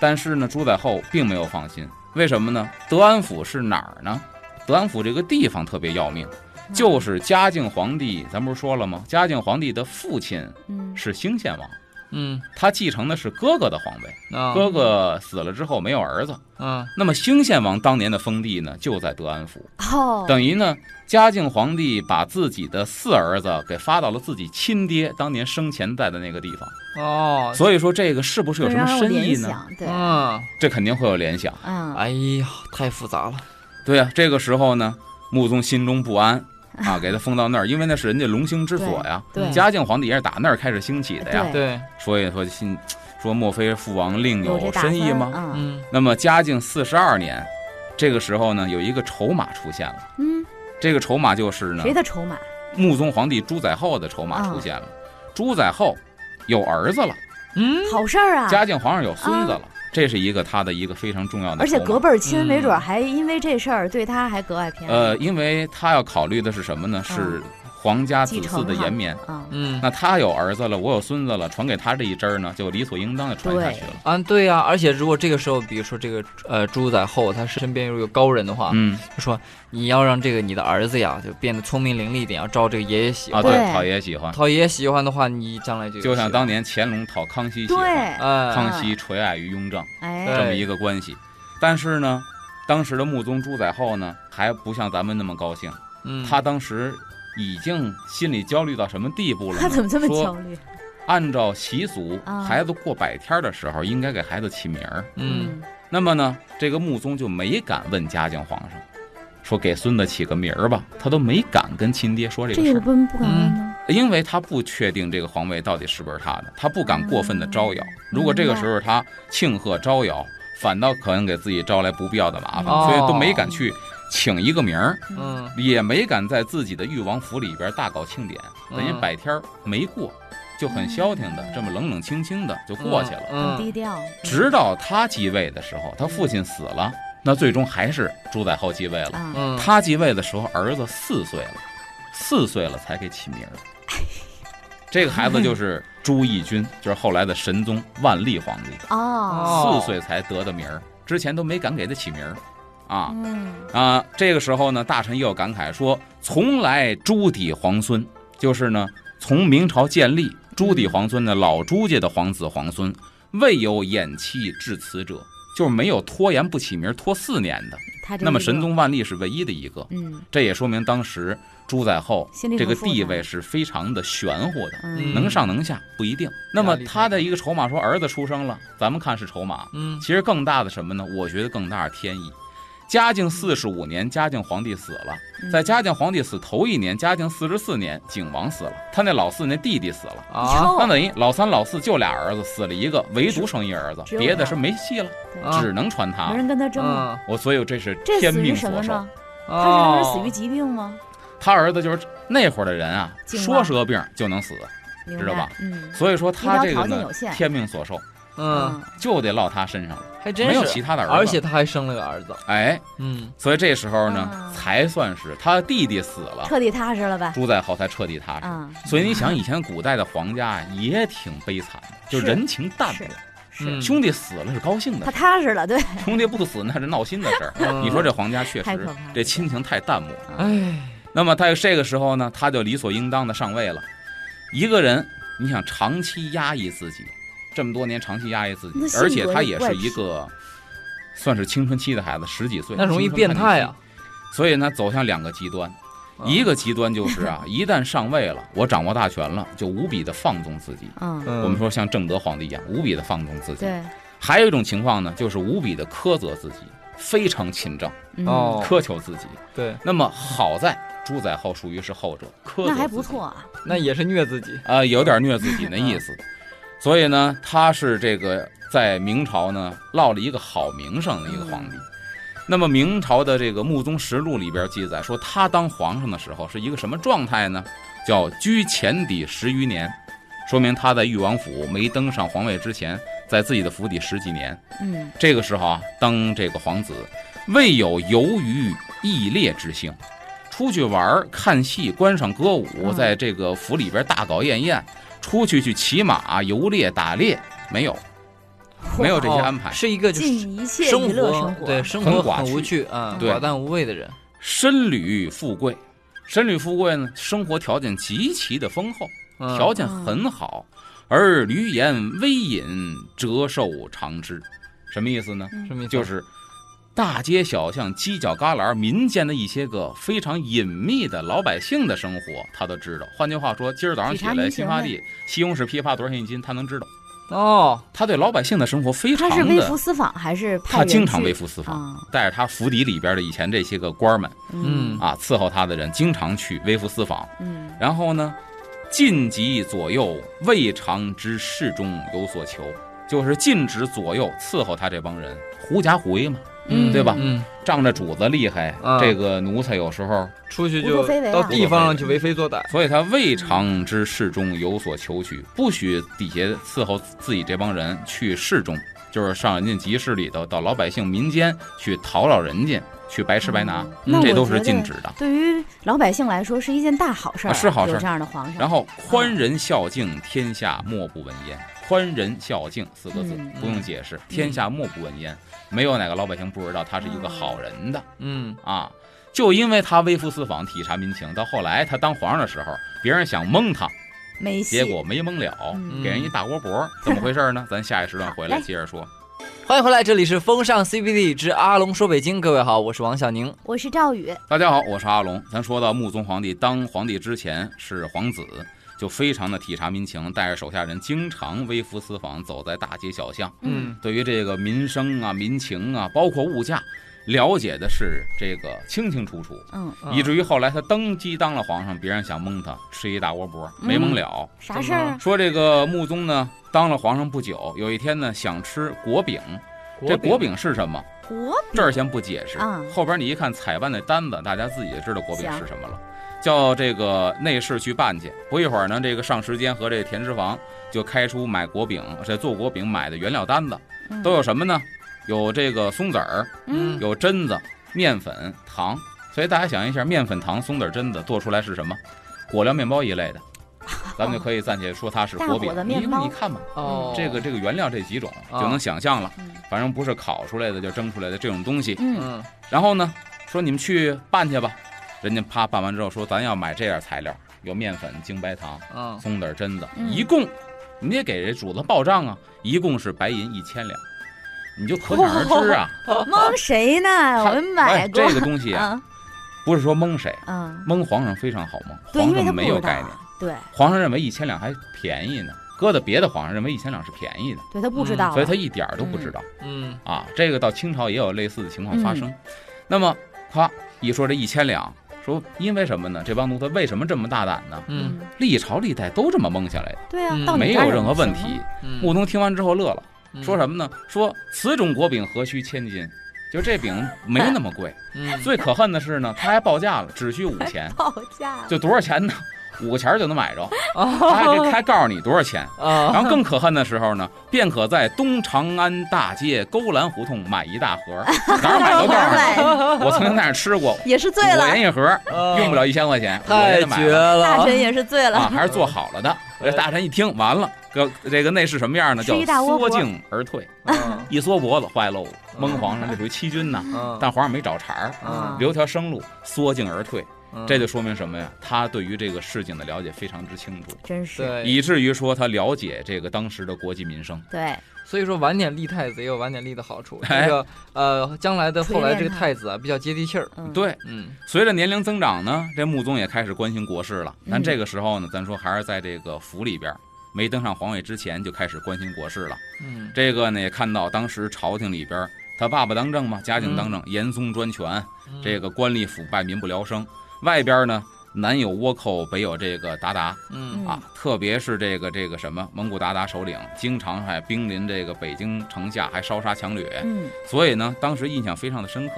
[SPEAKER 3] 但是呢，朱载垕并没有放心，为什么呢？德安府是哪儿呢？德安府这个地方特别要命，
[SPEAKER 2] 嗯
[SPEAKER 3] 就是嘉靖皇帝，咱不是说了吗？嘉靖皇帝的父亲
[SPEAKER 2] 嗯
[SPEAKER 3] 是兴献王。
[SPEAKER 1] 嗯
[SPEAKER 3] 他继承的是哥哥的皇位，
[SPEAKER 2] 哦
[SPEAKER 1] 啊
[SPEAKER 3] 哥哥死了之后没有儿子。
[SPEAKER 1] 嗯
[SPEAKER 3] 那么兴献王当年的封地呢，就在德安府，
[SPEAKER 2] 哦，
[SPEAKER 3] 等于呢，嘉靖皇帝把自己的四儿子给发到了自己亲爹当年生前在的那个地方。
[SPEAKER 1] 哦
[SPEAKER 3] 所以说，这个是不是有
[SPEAKER 2] 更
[SPEAKER 3] 什么
[SPEAKER 2] 让啊我
[SPEAKER 3] 深
[SPEAKER 2] 联
[SPEAKER 3] 意呢？
[SPEAKER 2] 想，对，
[SPEAKER 1] 嗯，
[SPEAKER 3] 这肯定会有联想。
[SPEAKER 2] 嗯，
[SPEAKER 1] 哎呀，太复杂了，
[SPEAKER 3] 对啊，这个时候呢，穆宗心中 不安啊，给他封到那儿，因为那是人家龙兴之所呀。
[SPEAKER 2] 对，
[SPEAKER 3] 嘉靖皇帝也是打那儿开始兴起的呀。
[SPEAKER 1] 对，
[SPEAKER 3] 所以说心说，莫非父王另
[SPEAKER 2] 有这
[SPEAKER 3] 有
[SPEAKER 2] 打
[SPEAKER 3] 深意
[SPEAKER 2] 算
[SPEAKER 3] 吗？
[SPEAKER 2] 嗯
[SPEAKER 1] 嗯
[SPEAKER 3] 那么嘉靖四十二年，这个时候呢，有一个筹码出现了。
[SPEAKER 2] 嗯，
[SPEAKER 3] 这个筹码就是呢
[SPEAKER 2] 谁，的筹码？
[SPEAKER 3] 穆宗皇帝朱载垕的筹码出现
[SPEAKER 2] 啊
[SPEAKER 3] 了。朱载垕有儿子了，
[SPEAKER 1] 嗯
[SPEAKER 2] 好事儿啊！啊
[SPEAKER 3] 嘉靖皇上有孙子了，这是一个他的一个非常重要的筹码。
[SPEAKER 2] 而且隔辈儿亲，
[SPEAKER 1] 嗯
[SPEAKER 2] 没准儿还因为这事儿对他还格外偏爱。
[SPEAKER 3] 呃，因为他要考虑的是什么呢？是皇家
[SPEAKER 2] 嗯
[SPEAKER 3] 子
[SPEAKER 2] 继
[SPEAKER 3] 嗣
[SPEAKER 2] 承
[SPEAKER 3] 的
[SPEAKER 2] 哈
[SPEAKER 3] 延绵。
[SPEAKER 2] 嗯，
[SPEAKER 1] 嗯
[SPEAKER 3] 那他有儿子了，我有孙子了，传给他这一支儿呢，就理所应当的传下去了。
[SPEAKER 1] 啊，对呀、而且如果这个时候，比如说这个呃朱载垕，他身边又有高人的话，
[SPEAKER 3] 嗯
[SPEAKER 1] 就说你要让这个你的儿子呀，就变得聪明伶俐一点，要招这个爷爷喜
[SPEAKER 3] 啊，
[SPEAKER 1] 欢。
[SPEAKER 3] 对
[SPEAKER 2] 对，
[SPEAKER 3] 讨爷喜欢，
[SPEAKER 1] 讨爷爷喜欢的话，你将来就有
[SPEAKER 3] 就
[SPEAKER 1] 希
[SPEAKER 3] 像
[SPEAKER 1] 望
[SPEAKER 3] 当年乾隆讨康熙喜欢，
[SPEAKER 2] 对，
[SPEAKER 1] 哎，
[SPEAKER 3] 康熙垂爱于雍正。
[SPEAKER 2] 哎，
[SPEAKER 1] 对
[SPEAKER 3] 这么一个关系。但是呢，当时的穆宗朱载垕呢，还不像咱们那么高兴，
[SPEAKER 1] 嗯
[SPEAKER 3] 他当时已经心里焦虑到什么地步了呢？
[SPEAKER 2] 他 怎么这么焦
[SPEAKER 3] 说
[SPEAKER 2] 虑？
[SPEAKER 3] 按照习俗
[SPEAKER 2] 啊，
[SPEAKER 3] 孩子过百天的时候应该给孩子起名儿。
[SPEAKER 1] 嗯，
[SPEAKER 3] 那么呢，这个穆宗就没敢问嘉靖皇上。说给孙子起个名儿吧，他都没敢跟亲爹说这个
[SPEAKER 2] 这
[SPEAKER 3] 事
[SPEAKER 2] 个
[SPEAKER 3] 儿，嗯
[SPEAKER 2] 不不敢问吗？
[SPEAKER 3] 因为他不确定这个皇位到底是不是他的，他不敢过分的招摇
[SPEAKER 2] 嗯。
[SPEAKER 3] 如果这个
[SPEAKER 2] 明白
[SPEAKER 3] 时候他庆贺招摇，反倒可能给自己招来不必要的麻烦，
[SPEAKER 1] 哦
[SPEAKER 3] 所以都没敢去请一个名儿，
[SPEAKER 2] 嗯，
[SPEAKER 1] 嗯
[SPEAKER 3] 也没敢在自己的裕王府里边大搞庆典，
[SPEAKER 1] 嗯
[SPEAKER 3] 等于百天儿没过，就很消停的
[SPEAKER 2] 嗯
[SPEAKER 3] 这么冷冷清清的就过去了。
[SPEAKER 2] 很
[SPEAKER 1] 嗯
[SPEAKER 2] 低调。
[SPEAKER 3] 直到他继位的时候，他父亲死了，那最终还是朱载垕继位了。
[SPEAKER 2] 啊，
[SPEAKER 1] 嗯，
[SPEAKER 3] 他继位的时候，儿子四岁了，四岁了才给起名儿。这个孩子就是朱翊钧，就是后来的神宗万历皇帝，
[SPEAKER 2] 哦，
[SPEAKER 1] 哦
[SPEAKER 3] 四岁才得的名儿，之前都没敢给他起名儿，啊
[SPEAKER 2] 嗯，
[SPEAKER 3] 啊！这个时候呢，大臣又感慨说：“从来朱棣皇孙，就是呢，从明朝建立朱棣皇孙呢，老朱家的皇子皇孙，未有偃弃至此者，就是没有拖延不起名儿拖四年的。
[SPEAKER 2] 哎他这
[SPEAKER 3] 那
[SPEAKER 2] 一
[SPEAKER 3] 么
[SPEAKER 2] 个
[SPEAKER 3] 神，宗万历是唯一的一个。”
[SPEAKER 2] 嗯，
[SPEAKER 3] 这也说明当时朱载垕
[SPEAKER 2] 心里
[SPEAKER 3] 这
[SPEAKER 2] 很
[SPEAKER 3] 个
[SPEAKER 2] 复杂
[SPEAKER 3] 地位，是非常的玄乎的，
[SPEAKER 2] 啊嗯，
[SPEAKER 3] 能上能下不一定。那么
[SPEAKER 1] 压力太大
[SPEAKER 3] 他的一个筹码说儿子出生了，咱们看是筹码，
[SPEAKER 1] 嗯
[SPEAKER 3] 其实更大的什么呢？我觉得更大是天意。嘉靖四十五年，嘉靖皇帝死了。
[SPEAKER 2] 嗯
[SPEAKER 3] 在嘉靖皇帝死头一年，嘉靖四十四年，景王死了，他那老四那弟弟死了。
[SPEAKER 1] 啊，
[SPEAKER 2] 哦
[SPEAKER 3] 那等于老三、老四就俩儿子，死了一个，唯独生一儿子
[SPEAKER 2] 只，有
[SPEAKER 3] 别
[SPEAKER 2] 他
[SPEAKER 3] 的是没戏了，
[SPEAKER 2] 对
[SPEAKER 1] 啊
[SPEAKER 3] 只能传他
[SPEAKER 2] 没
[SPEAKER 3] 了。
[SPEAKER 2] 人跟他争了。
[SPEAKER 1] 嗯，
[SPEAKER 3] 我所以这是
[SPEAKER 2] 这
[SPEAKER 3] 啊天
[SPEAKER 2] 死于
[SPEAKER 3] 命哦
[SPEAKER 2] 什
[SPEAKER 3] 所
[SPEAKER 2] 么
[SPEAKER 3] 授。
[SPEAKER 2] 呢？他是让
[SPEAKER 1] 他
[SPEAKER 2] 人死于疾病吗？
[SPEAKER 3] 他儿子就是那会儿的人啊，
[SPEAKER 2] 景
[SPEAKER 3] 说
[SPEAKER 2] 王
[SPEAKER 3] 是个病就能死，
[SPEAKER 2] 明
[SPEAKER 3] 知道吧
[SPEAKER 2] 白？嗯，
[SPEAKER 3] 所以说
[SPEAKER 2] 医疗
[SPEAKER 3] 他这个
[SPEAKER 2] 条件
[SPEAKER 3] 呢
[SPEAKER 2] 有，限。
[SPEAKER 3] 天啊命所授，
[SPEAKER 1] 嗯，，
[SPEAKER 3] 就得落他身上了，
[SPEAKER 1] 还真
[SPEAKER 3] 没有
[SPEAKER 1] 是
[SPEAKER 3] 其，他的儿子。
[SPEAKER 1] 而且，他还生了个儿子，
[SPEAKER 3] 哎，
[SPEAKER 1] 嗯
[SPEAKER 3] 所以这时候呢
[SPEAKER 2] 啊，
[SPEAKER 3] 才算是他弟弟死了，
[SPEAKER 2] 彻底踏实了吧？
[SPEAKER 3] 朱载垕才彻底踏实。
[SPEAKER 2] 啊，
[SPEAKER 3] 所以你想，以前古代的皇家呀，也挺悲惨的，就是人情淡薄。
[SPEAKER 1] 嗯
[SPEAKER 2] 是
[SPEAKER 3] 兄弟死了是高兴的
[SPEAKER 2] 他
[SPEAKER 3] 事
[SPEAKER 2] 踏实了，对，
[SPEAKER 3] 儿，兄弟不死那是闹心的事儿。啊
[SPEAKER 1] 嗯
[SPEAKER 3] 你说这皇家确
[SPEAKER 2] 太
[SPEAKER 3] 实
[SPEAKER 2] 可怕了嗯
[SPEAKER 3] 这亲情太淡漠了。
[SPEAKER 1] 哎，
[SPEAKER 3] 那么他这个时候呢，他就理所应当的上位了。一个人，你想长期压抑自己，这么多年长期压抑自
[SPEAKER 2] 那
[SPEAKER 3] 己，
[SPEAKER 2] 性格
[SPEAKER 3] 而且他也是一个算是青春期的孩子，十几岁，
[SPEAKER 1] 那容易
[SPEAKER 3] 青春
[SPEAKER 1] 变态
[SPEAKER 3] 叛逆
[SPEAKER 1] 啊
[SPEAKER 3] 期。，所以呢，走向两个极端，
[SPEAKER 1] 嗯
[SPEAKER 3] 一个极端就是 啊，一旦上位了，我掌握大权了，就无比的放纵自己。
[SPEAKER 2] 嗯，
[SPEAKER 1] 嗯
[SPEAKER 3] 我们说像正德皇帝一样，无比的放纵自己。
[SPEAKER 2] 对，
[SPEAKER 3] 还有一种情况呢，就是无比的苛责自己，非常勤政，
[SPEAKER 2] 嗯，
[SPEAKER 1] 哦
[SPEAKER 3] 苛求自己。
[SPEAKER 1] 对，
[SPEAKER 3] 那么好在朱载垕属于是后者，苛责
[SPEAKER 2] 那还
[SPEAKER 3] 自
[SPEAKER 2] 不
[SPEAKER 3] 己
[SPEAKER 2] 错啊，
[SPEAKER 1] 那也是虐自己，
[SPEAKER 3] 啊、有点虐自己那意思。所以呢，他是这个在明朝呢落了一个好名声的一个皇帝。那么明朝的这个《穆宗实录》里边记载说，他当皇上的时候是一个什么状态呢？叫居前邸十余年，说明他在裕王府没登上皇位之前，在自己的府邸十几年。
[SPEAKER 2] 嗯，
[SPEAKER 3] 这个时候啊，当这个皇子，未有游于逸猎之性，出去玩儿、看戏、观赏歌舞，
[SPEAKER 2] 嗯
[SPEAKER 3] 在这个府里边大搞宴宴，出去去骑马、游猎、打猎，没有， 没有这些安排
[SPEAKER 1] 哦。是一个就是
[SPEAKER 2] 尽一切
[SPEAKER 1] 生
[SPEAKER 2] 娱
[SPEAKER 1] 活
[SPEAKER 2] 乐生活，
[SPEAKER 1] 对生
[SPEAKER 3] 很
[SPEAKER 1] 活
[SPEAKER 3] 寡
[SPEAKER 1] 很无趣啊，
[SPEAKER 3] 对
[SPEAKER 1] 寡淡无味的人。
[SPEAKER 3] 身履富贵，身履富贵呢，生活条件极其的丰厚，
[SPEAKER 1] 嗯
[SPEAKER 3] 条件很好，而驴言微饮，折寿长之，什么意思呢？
[SPEAKER 2] 嗯
[SPEAKER 1] 什么意思？
[SPEAKER 3] 就是大街小巷、犄角旮旯、民间的一些个非常隐秘的老百姓的生活，他都知道。换句话说，今儿早上起
[SPEAKER 2] 体察
[SPEAKER 3] 来
[SPEAKER 2] 民
[SPEAKER 3] 新
[SPEAKER 2] 情
[SPEAKER 3] 发地西红柿批发多少钱一斤，他能知道。
[SPEAKER 1] 哦，
[SPEAKER 3] 他对老百姓的生活非常
[SPEAKER 2] 他是微服
[SPEAKER 3] 的，
[SPEAKER 2] 私访还是派
[SPEAKER 3] 他
[SPEAKER 2] 人
[SPEAKER 3] 经常
[SPEAKER 2] 去
[SPEAKER 3] 微服私访，
[SPEAKER 2] 啊？
[SPEAKER 3] 带着他府邸里边的以前这些个官儿们
[SPEAKER 1] 嗯
[SPEAKER 3] 啊，伺候他的人经常去微服私访。
[SPEAKER 2] 嗯
[SPEAKER 3] 然后呢，尽己左右，未尝知事中有所求，就是禁止左右伺候他这帮人，狐假虎威嘛。
[SPEAKER 2] 嗯
[SPEAKER 3] 对吧
[SPEAKER 1] 嗯，
[SPEAKER 3] 仗着主子厉害，
[SPEAKER 1] 啊
[SPEAKER 3] 这个奴才有时候，
[SPEAKER 1] 出去
[SPEAKER 2] 无
[SPEAKER 1] 就
[SPEAKER 2] 所非为啊
[SPEAKER 1] 到地方上去为非作歹。
[SPEAKER 3] 所以他未尝知事中有所求取，不许底下伺候自己这帮人去市中，就是上人家集市里头，到老百姓民间去讨扰人家，去白吃白拿
[SPEAKER 2] 嗯，那
[SPEAKER 3] 这
[SPEAKER 2] 我
[SPEAKER 3] 都
[SPEAKER 2] 觉
[SPEAKER 3] 是
[SPEAKER 2] 得
[SPEAKER 3] 禁止的。
[SPEAKER 2] 对于老百姓来说是一件大好事儿、
[SPEAKER 3] 啊是好事儿
[SPEAKER 2] 有这样的皇上。
[SPEAKER 3] 然后宽仁孝敬，天下莫不闻焉。宽仁孝敬四个字
[SPEAKER 2] 嗯
[SPEAKER 3] 不用解释，天下莫不闻焉。没有哪个老百姓不知道他是一个好人的。
[SPEAKER 1] 嗯，
[SPEAKER 3] 啊，就因为他微服私访、体察民情，到后来他当皇上的时候，别人想蒙他，
[SPEAKER 2] 没戏，
[SPEAKER 3] 结果没蒙了，
[SPEAKER 2] 嗯
[SPEAKER 3] 给人一大窝脖，怎么回事呢？咱下一时段回来
[SPEAKER 2] 好嘞
[SPEAKER 3] 接着说。
[SPEAKER 1] 欢迎回来，这里是风尚 CBD 之阿龙说北京。各位好，我是王小宁。
[SPEAKER 2] 我是赵宇，
[SPEAKER 3] 大家好，我是阿龙。咱说到穆宗皇帝当皇帝之前是皇子，就非常的体察民情，带着手下人经常微服私访，走在大街小巷，
[SPEAKER 1] 嗯
[SPEAKER 3] 对于这个民生啊、民情啊，包括物价，了解的是这个清清楚楚。
[SPEAKER 2] 嗯，
[SPEAKER 3] 以至于后来他登基当了皇上，别人想蒙他，吃一大窝脖，没蒙了。
[SPEAKER 2] 啥事儿啊？
[SPEAKER 3] 说这个穆宗呢，当了皇上不久，有一天呢，想吃果饼。
[SPEAKER 1] 嗯
[SPEAKER 3] 这果饼是什么？
[SPEAKER 2] 国
[SPEAKER 3] 这儿先不解释
[SPEAKER 2] 啊，
[SPEAKER 3] 后边你一看采办的单子，大家自己就知道果饼是什么了。叫这个内侍去办去。不一会儿呢，这个上时间和这田师房就开出买果饼、这做果饼买的原料单子，都有什么呢？有这个松子儿，
[SPEAKER 1] 嗯
[SPEAKER 2] 嗯
[SPEAKER 3] 有榛子、面粉、糖，所以大家想一下，面粉、糖、松子儿、榛子做出来是什么？果料面包一类的，咱们就可以暂且说它是果
[SPEAKER 2] 大
[SPEAKER 3] 饼
[SPEAKER 2] 伙。的
[SPEAKER 3] 你
[SPEAKER 2] 面包
[SPEAKER 3] 你看吧，
[SPEAKER 1] 哦，
[SPEAKER 3] 嗯这个这个原料这几种
[SPEAKER 1] 啊
[SPEAKER 3] 就能想象了
[SPEAKER 2] 嗯，
[SPEAKER 3] 反正不是烤出来的就蒸出来的这种东西。
[SPEAKER 2] 嗯
[SPEAKER 1] 嗯
[SPEAKER 3] 然后呢，说你们去办去吧，人家啪办完之后说咱要买这点材料，有面粉、精白糖、
[SPEAKER 1] 嗯
[SPEAKER 3] 松子儿、榛子，
[SPEAKER 2] 嗯
[SPEAKER 3] 一共你得给这主子报账啊，一共是白银一千两，你就可想而知啊。
[SPEAKER 2] 嗯蒙谁呢？哦我们买
[SPEAKER 3] 哎，
[SPEAKER 2] 过
[SPEAKER 3] 这个东西啊，
[SPEAKER 2] 啊，
[SPEAKER 3] 不是说蒙谁，
[SPEAKER 2] 嗯，
[SPEAKER 3] 蒙皇上非常好蒙，
[SPEAKER 2] 对，
[SPEAKER 3] 皇
[SPEAKER 2] 因为他
[SPEAKER 3] 上
[SPEAKER 2] 不
[SPEAKER 3] 没
[SPEAKER 2] 知道
[SPEAKER 3] 有
[SPEAKER 2] 啊
[SPEAKER 3] 概念，，
[SPEAKER 2] 对
[SPEAKER 3] 皇上认为一千两还便宜呢，搁到别的皇上认为一千两是便宜的，
[SPEAKER 2] 对，他不知道啊，
[SPEAKER 3] 嗯所以他一点儿都不知道、
[SPEAKER 1] 嗯
[SPEAKER 3] 啊。这个到清朝也有类似的情况发生。
[SPEAKER 2] 嗯
[SPEAKER 3] 那么，夸一说这一千两，说因为什么呢？这帮奴才为什么这么大胆呢？
[SPEAKER 1] 嗯
[SPEAKER 3] 历朝历代都这么蒙下来的，
[SPEAKER 2] 对啊
[SPEAKER 1] 嗯，
[SPEAKER 2] 到
[SPEAKER 3] 没
[SPEAKER 2] 你这
[SPEAKER 3] 有
[SPEAKER 2] 儿
[SPEAKER 3] 任何
[SPEAKER 2] 也不
[SPEAKER 3] 问
[SPEAKER 2] 行
[SPEAKER 3] 题
[SPEAKER 2] 啊。。
[SPEAKER 1] 嗯，
[SPEAKER 3] 穆宗听完之后乐了，
[SPEAKER 1] 嗯
[SPEAKER 3] 说什么呢？说此种果饼何须千金？就这饼没那么贵，
[SPEAKER 1] 嗯
[SPEAKER 3] 最可恨的是呢，他还报价了，只需五钱。
[SPEAKER 2] 报价了
[SPEAKER 3] 就多少钱呢？五个钱儿就能买
[SPEAKER 2] 哦
[SPEAKER 3] 着，他还
[SPEAKER 1] 啊
[SPEAKER 3] 给还告诉你多少钱。
[SPEAKER 1] 啊
[SPEAKER 3] 然后更可恨的时候呢，便可在东长安大街勾栏胡同买一大 盒儿，哪儿买都告诉你。我曾经在那儿吃过，
[SPEAKER 2] 也是醉
[SPEAKER 3] 五
[SPEAKER 2] 了
[SPEAKER 3] 元，一盒儿，用不了一千块钱，
[SPEAKER 1] 嗯
[SPEAKER 3] 五元
[SPEAKER 1] 太
[SPEAKER 3] 就买
[SPEAKER 1] 绝
[SPEAKER 3] 了
[SPEAKER 1] 了
[SPEAKER 2] 大臣也是醉了
[SPEAKER 3] 啊，，还是做好了 的。这大臣一听，完了，哥，这个内侍什么样呢？
[SPEAKER 2] 吃
[SPEAKER 3] 叫
[SPEAKER 2] 一大窝
[SPEAKER 3] 缩
[SPEAKER 2] 脖
[SPEAKER 3] 颈而退，
[SPEAKER 1] 啊
[SPEAKER 3] 一缩脖子坏喽，蒙皇上这属于欺君呐。
[SPEAKER 2] 哦
[SPEAKER 1] 嗯
[SPEAKER 3] 但皇上没找茬儿，
[SPEAKER 1] 啊
[SPEAKER 3] 嗯留条生路，缩颈而退。
[SPEAKER 1] 嗯
[SPEAKER 3] 这就说明什么呀？他对于这个事情的了解非常之清楚，
[SPEAKER 2] 真是
[SPEAKER 1] 对，
[SPEAKER 3] 以至于说他了解这个当时的国计民生。
[SPEAKER 2] 对，
[SPEAKER 1] 所以说晚点立太子也有晚点立的好处。
[SPEAKER 3] 哎
[SPEAKER 1] 这个呃，将来的后来这个
[SPEAKER 2] 锤炼他
[SPEAKER 1] 太子啊比较接地气儿。
[SPEAKER 2] 嗯，
[SPEAKER 3] 对，
[SPEAKER 1] 嗯
[SPEAKER 3] 随着年龄增长呢，这穆宗也开始关心国事了。但
[SPEAKER 2] 嗯
[SPEAKER 3] 这个时候呢，咱说还是在这个府里边儿，没登上皇位之前就开始关心国事了。
[SPEAKER 1] 嗯
[SPEAKER 3] 这个呢，也看到当时朝廷里边儿，他爸爸当
[SPEAKER 1] 嗯
[SPEAKER 3] 政嘛，嘉靖当政，严嵩专权，这个官吏腐败，民不聊生。外边呢，南有倭寇，北有这个鞑靼
[SPEAKER 1] 嗯
[SPEAKER 3] 啊，特别是这个这个什么蒙古鞑靼首领，经常还兵临这个北京城下，还烧杀抢掠。
[SPEAKER 2] 嗯
[SPEAKER 3] 所以呢，当时印象非常的深刻。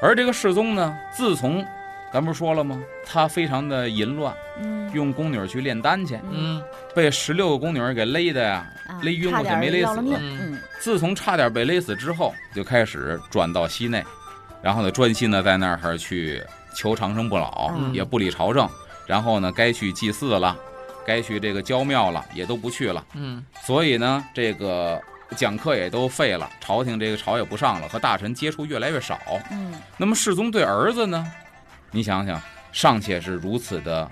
[SPEAKER 3] 而这个世宗呢，自从咱不是说了吗？他非常的淫乱，
[SPEAKER 2] 嗯
[SPEAKER 3] 用宫女儿去炼丹去，
[SPEAKER 2] 嗯
[SPEAKER 1] 嗯
[SPEAKER 3] 被十六个宫女儿给勒的呀。
[SPEAKER 2] 啊
[SPEAKER 3] 勒晕过去
[SPEAKER 2] 差点
[SPEAKER 3] 没勒死
[SPEAKER 2] 要了命，
[SPEAKER 1] 嗯
[SPEAKER 2] 嗯
[SPEAKER 3] 自从差点被勒死之后，就开始转到西内，然后呢，专心的在那儿去求长生不老，
[SPEAKER 2] 嗯
[SPEAKER 3] 也不理朝政。然后呢，该去祭祀了，该去这个郊庙了，也都不去了。
[SPEAKER 1] 嗯
[SPEAKER 3] 所以呢，这个讲课也都废了，朝廷这个朝也不上了，和大臣接触越来越少。
[SPEAKER 2] 嗯
[SPEAKER 3] 那么世宗对儿子呢？你想想，尚且是如此的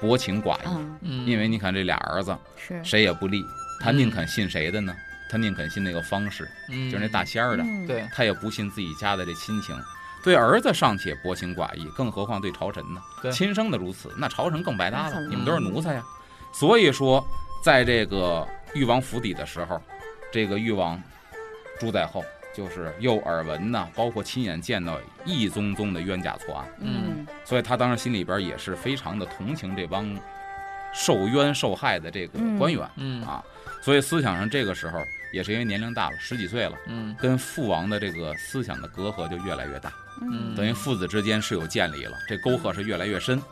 [SPEAKER 3] 薄情寡义，
[SPEAKER 2] 嗯，
[SPEAKER 1] 嗯，
[SPEAKER 3] 因为你看这俩儿子
[SPEAKER 2] 是，
[SPEAKER 3] 谁也不利，他
[SPEAKER 1] 嗯
[SPEAKER 3] 宁肯信谁的呢？他宁肯信那个方氏，
[SPEAKER 1] 嗯
[SPEAKER 3] 就是那大仙儿的，
[SPEAKER 2] 嗯，
[SPEAKER 1] 对，
[SPEAKER 3] 他也不信自己家的这亲情。对儿子尚且薄情寡义，更何况对朝臣呢
[SPEAKER 1] 对？
[SPEAKER 3] 亲生的如此，那朝臣更白搭
[SPEAKER 2] 那
[SPEAKER 3] 了
[SPEAKER 2] 很。了
[SPEAKER 3] 你们都是奴才呀。所以说，在这个誉王府邸的时候，这个誉王朱载后就是又耳闻呐、包括亲眼见到一宗宗的冤假错案，
[SPEAKER 2] 嗯
[SPEAKER 3] 所以他当时心里边也是非常的同情这帮受冤受害的这个
[SPEAKER 2] 嗯
[SPEAKER 3] 官员。
[SPEAKER 1] 嗯
[SPEAKER 3] 啊，所以思想上这个时候也是因为年龄大了，十几岁了，
[SPEAKER 1] 嗯
[SPEAKER 3] 跟父王的这个思想的隔阂就越来越大，
[SPEAKER 1] 嗯
[SPEAKER 3] 等于父子之间是有建立了，这沟壑是越来越深。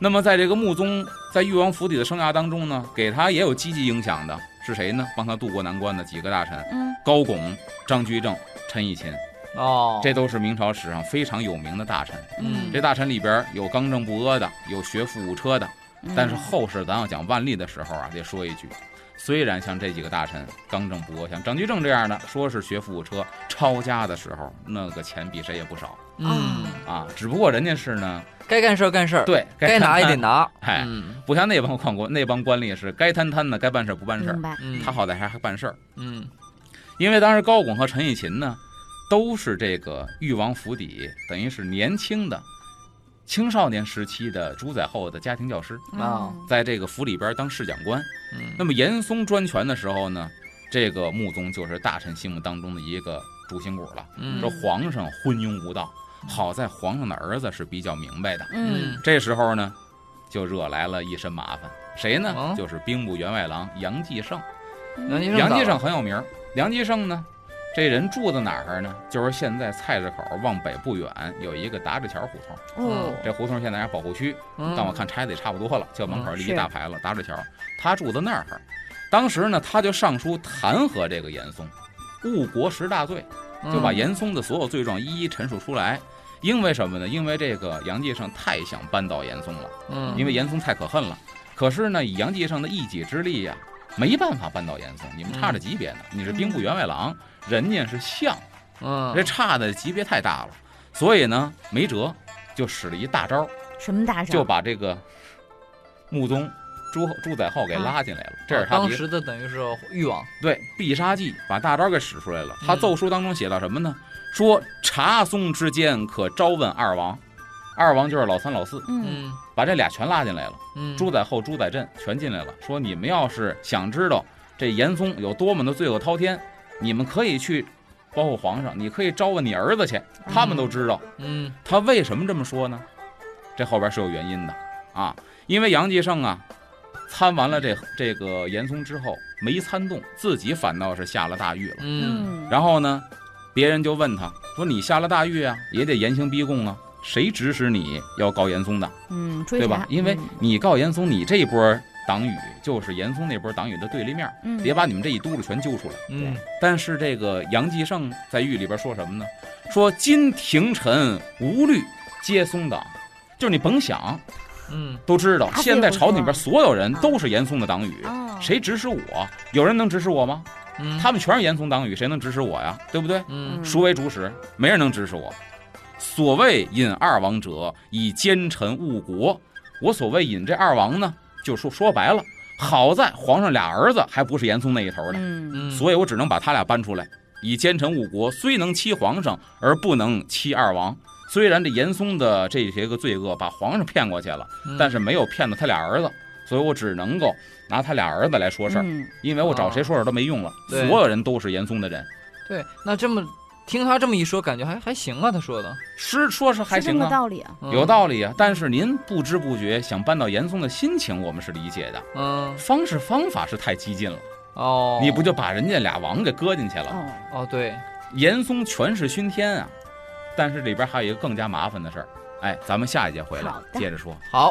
[SPEAKER 3] 那么在这个穆宗在裕王府邸的生涯当中呢，给他也有积极影响的是谁呢？帮他渡过难关的几个大臣：
[SPEAKER 2] 嗯
[SPEAKER 3] 高拱、张居正、陈义勤，
[SPEAKER 1] 哦，
[SPEAKER 3] 这都是明朝史上非常有名的大臣。
[SPEAKER 1] 嗯
[SPEAKER 3] 这大臣里边有刚正不阿的，有学富五车的，
[SPEAKER 2] 嗯
[SPEAKER 3] 但是后世咱要讲万历的时候啊，得说一句，虽然像这几个大臣刚正不阿，像张居正这样的，说是学富五车，抄家的时候那个钱比谁也不少
[SPEAKER 1] 嗯，
[SPEAKER 3] 啊，只不过人家是呢，
[SPEAKER 1] 该干事儿干事儿，
[SPEAKER 3] 对
[SPEAKER 1] 该拿也得，拿，
[SPEAKER 3] 哎
[SPEAKER 1] 嗯
[SPEAKER 3] 不像那帮宦官那帮官吏是该贪贪的，该办事儿不办事儿
[SPEAKER 2] 明，白，
[SPEAKER 1] 嗯，
[SPEAKER 3] 哎他好歹还还办事儿。
[SPEAKER 1] 嗯
[SPEAKER 3] 因为当时高拱和陈义勤呢，都是这个裕王府邸，等于是年轻的青少年时期的朱载后的家庭教师，
[SPEAKER 1] 啊
[SPEAKER 2] 嗯
[SPEAKER 3] 在这个府里边当侍讲官。
[SPEAKER 1] 嗯，
[SPEAKER 3] 那么严嵩专权的时候呢，这个穆宗就是大臣心目当中的一个主心骨了。
[SPEAKER 1] 嗯
[SPEAKER 3] 说皇上昏庸无道，好在皇上的儿子是比较明白的。
[SPEAKER 2] 嗯
[SPEAKER 3] 这时候呢，就惹来了一身麻烦，谁呢
[SPEAKER 1] 哦？
[SPEAKER 3] 就是兵部员外郎杨继盛。
[SPEAKER 1] 杨继
[SPEAKER 2] 继
[SPEAKER 1] 盛
[SPEAKER 3] 杨继
[SPEAKER 1] 咋
[SPEAKER 3] 盛
[SPEAKER 1] 了
[SPEAKER 3] 很有名儿。梁继盛呢，这人住在哪儿呢？就是现在菜市口往北不远有一个达志桥胡同，
[SPEAKER 2] 哦
[SPEAKER 3] 这胡同现在还是保护区，
[SPEAKER 1] 嗯
[SPEAKER 3] 但我看拆的也差不多了，就门口立一
[SPEAKER 2] 是
[SPEAKER 3] 大牌了，达志桥。他住在那儿，当时呢，他就上书弹劾这个严嵩，误国十大罪，就把
[SPEAKER 1] 嗯
[SPEAKER 3] 严嵩的所有罪状一一陈述出来。因为什么呢？因为这个杨继盛太想扳倒严嵩了，
[SPEAKER 1] 嗯
[SPEAKER 3] 因为严嵩太可恨了。可是呢，以杨继盛的一己之力呀、没办法扳倒严嵩。你们差着级别呢，你是兵部员外郎，人家是相，
[SPEAKER 1] 嗯
[SPEAKER 3] 这差的级别太大了。所以呢，没辙，就使了一大招，
[SPEAKER 1] 嗯
[SPEAKER 2] 什么大事儿？
[SPEAKER 3] 就把这个穆宗朱朱载后给拉进来了。这是他
[SPEAKER 1] 啊嗯哦当
[SPEAKER 3] 第一
[SPEAKER 1] 时的等于是欲望，
[SPEAKER 3] 对必杀技，把大招给使出来了。他
[SPEAKER 1] 嗯
[SPEAKER 3] 奏书当中写到什么呢？说察松之间可招问二王，二王就是老三老四，
[SPEAKER 2] 嗯
[SPEAKER 1] 嗯
[SPEAKER 3] 把这俩全拉进来了。
[SPEAKER 1] 嗯，
[SPEAKER 3] 朱载后、朱载镇全进来了，说你们要是想知道这严嵩有多么的罪恶滔天，你们可以去，包括皇上，你可以招问你儿子去，他们都知道。
[SPEAKER 1] 嗯
[SPEAKER 3] 他为什么这么说呢？这后边是有原因的啊，因为杨继盛啊，参完了这这个严嵩之后没参动，自己反倒是下了大狱了。
[SPEAKER 1] 嗯
[SPEAKER 3] 然后呢，别人就问他说：“你下了大狱啊，也得严刑逼供啊，谁指使你要告严嵩的？”
[SPEAKER 2] 嗯，追
[SPEAKER 3] 对
[SPEAKER 2] 查
[SPEAKER 3] 吧？因为你告严嵩，你这一波党羽就是严嵩那波党羽的对立面，
[SPEAKER 2] 嗯
[SPEAKER 3] 得把你们这一嘟噜全揪出来。
[SPEAKER 1] 嗯
[SPEAKER 3] 但是这个杨继盛在狱里边说什么呢？说今廷臣无虑皆松党，就是你甭想，
[SPEAKER 1] 嗯
[SPEAKER 3] 都知道
[SPEAKER 2] 打死
[SPEAKER 3] 现在
[SPEAKER 2] 也不
[SPEAKER 3] 朝廷里边
[SPEAKER 2] 说
[SPEAKER 3] 所有人
[SPEAKER 2] 啊
[SPEAKER 3] 都是严嵩的党羽，
[SPEAKER 2] 哦
[SPEAKER 3] 谁指使我？有人能指使我吗？
[SPEAKER 1] 嗯，
[SPEAKER 3] 他们全是严嵩党羽，谁能指使我呀？对不对？
[SPEAKER 1] 嗯
[SPEAKER 3] 孰为主使？没人能指使我。所谓引二王者，以奸臣误国。我所谓引这二王呢，就说说白了，好在皇上俩儿子还不是严嵩那一头的，
[SPEAKER 2] 嗯
[SPEAKER 1] 嗯
[SPEAKER 3] 所以我只能把他俩搬出来。以奸臣误国，虽能欺皇上，而不能欺二王。虽然这严嵩的这些个罪恶把皇上骗过去了，
[SPEAKER 1] 嗯
[SPEAKER 3] 但是没有骗到他俩儿子，所以我只能够拿他俩儿子来说事儿，
[SPEAKER 2] 嗯
[SPEAKER 3] 因为我找谁说事儿都没用了，
[SPEAKER 1] 对
[SPEAKER 3] 所有人都是严嵩的人。
[SPEAKER 1] 对，那这么听他这么一说，感觉还还行啊，他说的，
[SPEAKER 3] 是说是还
[SPEAKER 2] 是这
[SPEAKER 3] 行
[SPEAKER 2] 么
[SPEAKER 3] 啊，
[SPEAKER 2] 道理啊。
[SPEAKER 1] 嗯
[SPEAKER 3] 有，道理啊。但是您不知不觉想搬到严嵩的心情，我们是理解的，
[SPEAKER 1] 嗯，
[SPEAKER 3] 方式方法是太激进了，
[SPEAKER 1] 哦，
[SPEAKER 3] 你不就把人家俩王给搁进去了？
[SPEAKER 2] 哦，
[SPEAKER 1] 哦对，
[SPEAKER 3] 严嵩权势熏天啊，但是里边还有一个更加麻烦的事儿。哎，咱们下一节回来
[SPEAKER 2] 好的
[SPEAKER 3] 接着说。
[SPEAKER 1] 好，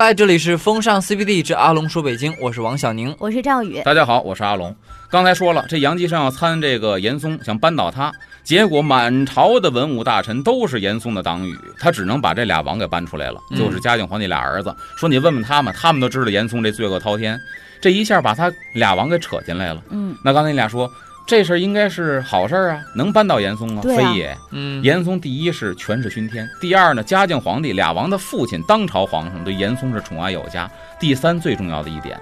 [SPEAKER 1] 哎，这里是风尚 CBD 之阿龙说北京，我是王小宁，
[SPEAKER 2] 我是赵宇，
[SPEAKER 3] 大家好，我是阿龙。刚才说了，这杨继盛要参这个严嵩，想扳倒他，结果满朝的文武大臣都是严嵩的党羽，他只能把这俩王给搬出来了，
[SPEAKER 1] 嗯
[SPEAKER 3] 就是嘉靖皇帝俩儿子。说你问问他们，他们都知道严嵩这罪恶滔天，这一下把他俩王给扯进来了。
[SPEAKER 2] 嗯，
[SPEAKER 3] 那刚才你俩说这事儿应该是好事儿啊，能扳倒严嵩吗？
[SPEAKER 2] 对啊
[SPEAKER 3] 非也，
[SPEAKER 1] 嗯，
[SPEAKER 3] 严嵩第一是权势熏天，第二呢，嘉靖皇帝俩王的父亲当朝皇上对严嵩是宠爱有加。第三最重要的一点，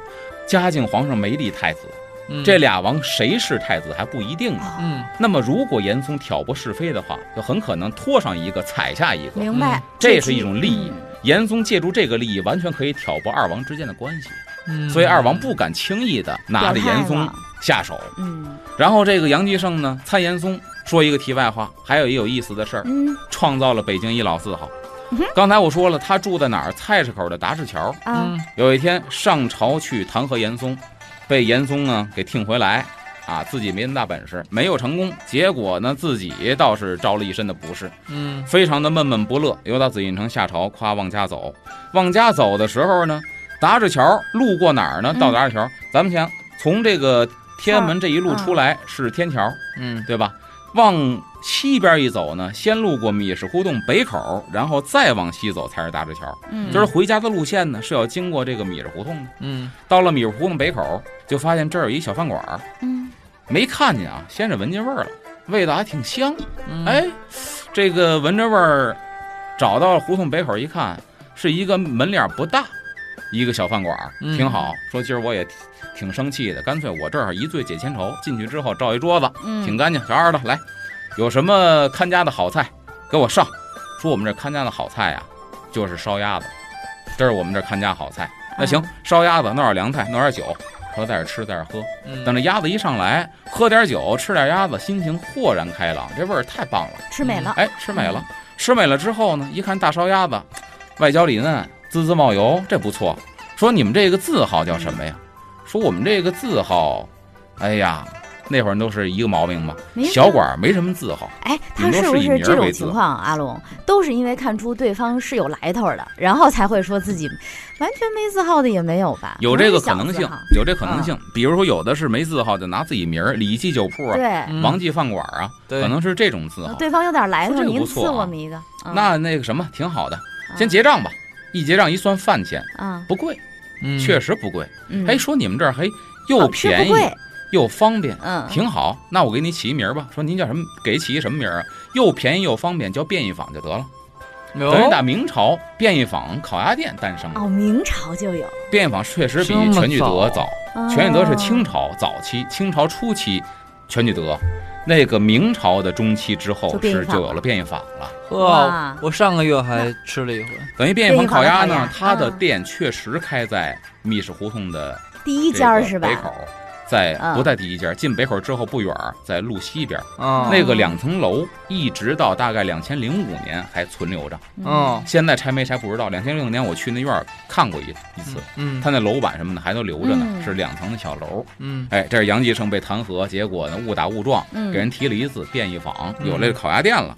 [SPEAKER 3] 嘉靖皇上没立太子，
[SPEAKER 1] 嗯
[SPEAKER 3] 这，俩王谁是太子还不一定呢。
[SPEAKER 2] 哦，
[SPEAKER 1] 嗯，
[SPEAKER 3] 那么如果严嵩挑拨是非的话，就很可能拖上一个踩下一个。
[SPEAKER 2] 明白
[SPEAKER 1] 嗯，
[SPEAKER 3] 这是一种利益
[SPEAKER 2] 嗯，
[SPEAKER 3] 严嵩借助这个利益，完全可以挑拨二王之间的关系，
[SPEAKER 1] 嗯
[SPEAKER 3] 所以二王，不敢轻易的拿着
[SPEAKER 2] 表态
[SPEAKER 3] 严嵩
[SPEAKER 2] 了
[SPEAKER 3] 下手。
[SPEAKER 2] 嗯
[SPEAKER 3] 然后这个杨继盛呢，参严嵩。说一个题外话，还有一有意思的事儿，
[SPEAKER 2] 嗯
[SPEAKER 3] 创造了北京一老四好
[SPEAKER 2] 嗯哼。
[SPEAKER 3] 刚才我说了，他住在哪儿？菜市口的达市桥。
[SPEAKER 2] 啊，
[SPEAKER 1] 嗯
[SPEAKER 3] 有一天上朝去弹劾严嵩，被严嵩呢给听回来，啊，自己没那么大本事，没有成功。结果呢，自己倒是招了一身的不是，
[SPEAKER 1] 嗯
[SPEAKER 3] 非常的闷闷不乐。又到紫禁城下朝，夸往家走。往家走的时候呢，达市桥路过哪儿呢？
[SPEAKER 2] 嗯
[SPEAKER 3] 到达市桥，咱们想从这个天安门这一路
[SPEAKER 2] 嗯
[SPEAKER 3] 出来是天桥，
[SPEAKER 1] 嗯
[SPEAKER 3] 对吧？往西边一走呢，先路过米市胡同北口，然后再往西走才是大石桥。
[SPEAKER 2] 嗯，
[SPEAKER 3] 就是回家的路线呢，是要经过这个米市胡同的。
[SPEAKER 1] 嗯
[SPEAKER 3] 到了米市胡同北口，就发现这儿有一小饭馆儿，
[SPEAKER 2] 嗯
[SPEAKER 3] 没看见啊，先是闻见味儿了，味道还挺香。
[SPEAKER 1] 嗯，
[SPEAKER 3] 哎，这个闻着味儿，找到胡同北口一看，是一个门脸儿不大，一个小饭馆儿，
[SPEAKER 1] 嗯
[SPEAKER 3] 挺好。说今儿我也挺挺生气的，干脆我这儿一醉解千愁，进去之后照一桌子，
[SPEAKER 2] 嗯，
[SPEAKER 3] 挺干净。小二的，来，有什么看家的好菜给我上。说我们这看家的好菜呀、就是烧鸭子，这是我们这看家好菜。
[SPEAKER 2] 嗯
[SPEAKER 3] 那行，烧鸭子，弄点凉菜，弄点酒，说在这吃，在这喝。
[SPEAKER 1] 嗯，
[SPEAKER 3] 等这鸭子一上来，喝点酒，吃点鸭子，心情豁然开朗，这味儿太棒了。
[SPEAKER 2] 吃美了，
[SPEAKER 3] 哎，吃美了，吃美了之后呢，一看大烧鸭子，外焦里嫩，滋滋冒油，这不错。说你们这个字号叫什么呀？说我们这个字号，哎呀，那会儿都是一个毛病嘛，
[SPEAKER 2] 没
[SPEAKER 3] 小
[SPEAKER 2] 事
[SPEAKER 3] 馆儿没什么字号。
[SPEAKER 2] 哎，他
[SPEAKER 3] 顶多
[SPEAKER 2] 是不
[SPEAKER 3] 是以
[SPEAKER 2] 是
[SPEAKER 3] 名儿
[SPEAKER 2] 这
[SPEAKER 3] 为
[SPEAKER 2] 种
[SPEAKER 3] 字
[SPEAKER 2] 情况？啊阿龙都是因为看出对方是有来头的，然后才会说自己完全没字号的也没有吧？
[SPEAKER 3] 有
[SPEAKER 2] 能
[SPEAKER 3] 这个
[SPEAKER 2] 是小
[SPEAKER 3] 可能
[SPEAKER 2] 字
[SPEAKER 3] 性
[SPEAKER 2] 号，嗯
[SPEAKER 3] 有这可能性。比如说，有的是没字号，就拿自己名儿，李记酒铺啊，
[SPEAKER 2] 对，哦
[SPEAKER 1] 嗯
[SPEAKER 3] 王记饭馆啊，
[SPEAKER 1] 对，
[SPEAKER 3] 可能是这种字号。
[SPEAKER 2] 对嗯方有点来
[SPEAKER 3] 说
[SPEAKER 2] 头，
[SPEAKER 3] 这个
[SPEAKER 2] 您
[SPEAKER 3] 不错
[SPEAKER 2] 赐
[SPEAKER 3] 啊
[SPEAKER 2] 我们一个，嗯
[SPEAKER 3] 那那个什么，挺好的，先
[SPEAKER 2] 啊
[SPEAKER 3] 结账吧。一结账一算饭钱，
[SPEAKER 2] 啊，
[SPEAKER 3] 不贵，
[SPEAKER 1] 嗯
[SPEAKER 3] 确实不贵。
[SPEAKER 2] 嗯
[SPEAKER 3] 哎，说你们这儿嘿
[SPEAKER 2] 好
[SPEAKER 3] 又
[SPEAKER 2] 吃
[SPEAKER 3] 便
[SPEAKER 2] 不
[SPEAKER 3] 宜
[SPEAKER 2] 贵，
[SPEAKER 3] 又方便，
[SPEAKER 2] 嗯，
[SPEAKER 3] 挺好。那我给你起一名儿吧。说您叫什么？给起一什么名儿啊？又便宜又方便，叫便宜坊就得了。
[SPEAKER 1] 有
[SPEAKER 3] 等于打明朝，便宜坊烤鸭店诞生了。
[SPEAKER 2] 哦，明朝就有，
[SPEAKER 3] 便宜坊确实比
[SPEAKER 1] 这么
[SPEAKER 3] 全聚德
[SPEAKER 1] 早
[SPEAKER 3] 早。
[SPEAKER 2] 哦
[SPEAKER 3] 全聚德是清朝早期，清朝初期，全聚德，那个明朝的中期之后
[SPEAKER 2] 就便宜
[SPEAKER 3] 是
[SPEAKER 2] 坊
[SPEAKER 3] 就有了便宜坊了。
[SPEAKER 1] 哇
[SPEAKER 2] 哇，
[SPEAKER 1] 我上个月还吃了一回，
[SPEAKER 3] 等于便宜坊烤鸭
[SPEAKER 2] 便宜坊的烤
[SPEAKER 3] 呢
[SPEAKER 2] 鸭，
[SPEAKER 3] 它的
[SPEAKER 2] 嗯
[SPEAKER 3] 店确实开在密室胡同的
[SPEAKER 2] 第一
[SPEAKER 3] 这
[SPEAKER 2] 家儿
[SPEAKER 3] 个
[SPEAKER 2] 是吧
[SPEAKER 3] 北？口，在
[SPEAKER 2] 嗯
[SPEAKER 3] 不在第一家，进北口之后不远儿，在路西边儿
[SPEAKER 2] 哦
[SPEAKER 1] 啊，
[SPEAKER 3] 那个两层楼，一直到大概两千零五年还存留着，
[SPEAKER 2] 嗯，
[SPEAKER 1] 嗯
[SPEAKER 3] 现在拆没拆不知道。两千零五年我去那院儿看过一一次，
[SPEAKER 1] 嗯
[SPEAKER 3] 它那楼板什么的还都留着呢，
[SPEAKER 2] 嗯
[SPEAKER 3] 是两层的小楼。
[SPEAKER 1] 嗯
[SPEAKER 3] 哎，这是杨继盛被弹劾，结果呢误打误撞，
[SPEAKER 2] 嗯
[SPEAKER 3] 给人提了一次便宜坊，
[SPEAKER 1] 嗯
[SPEAKER 3] 有了这烤鸭店了。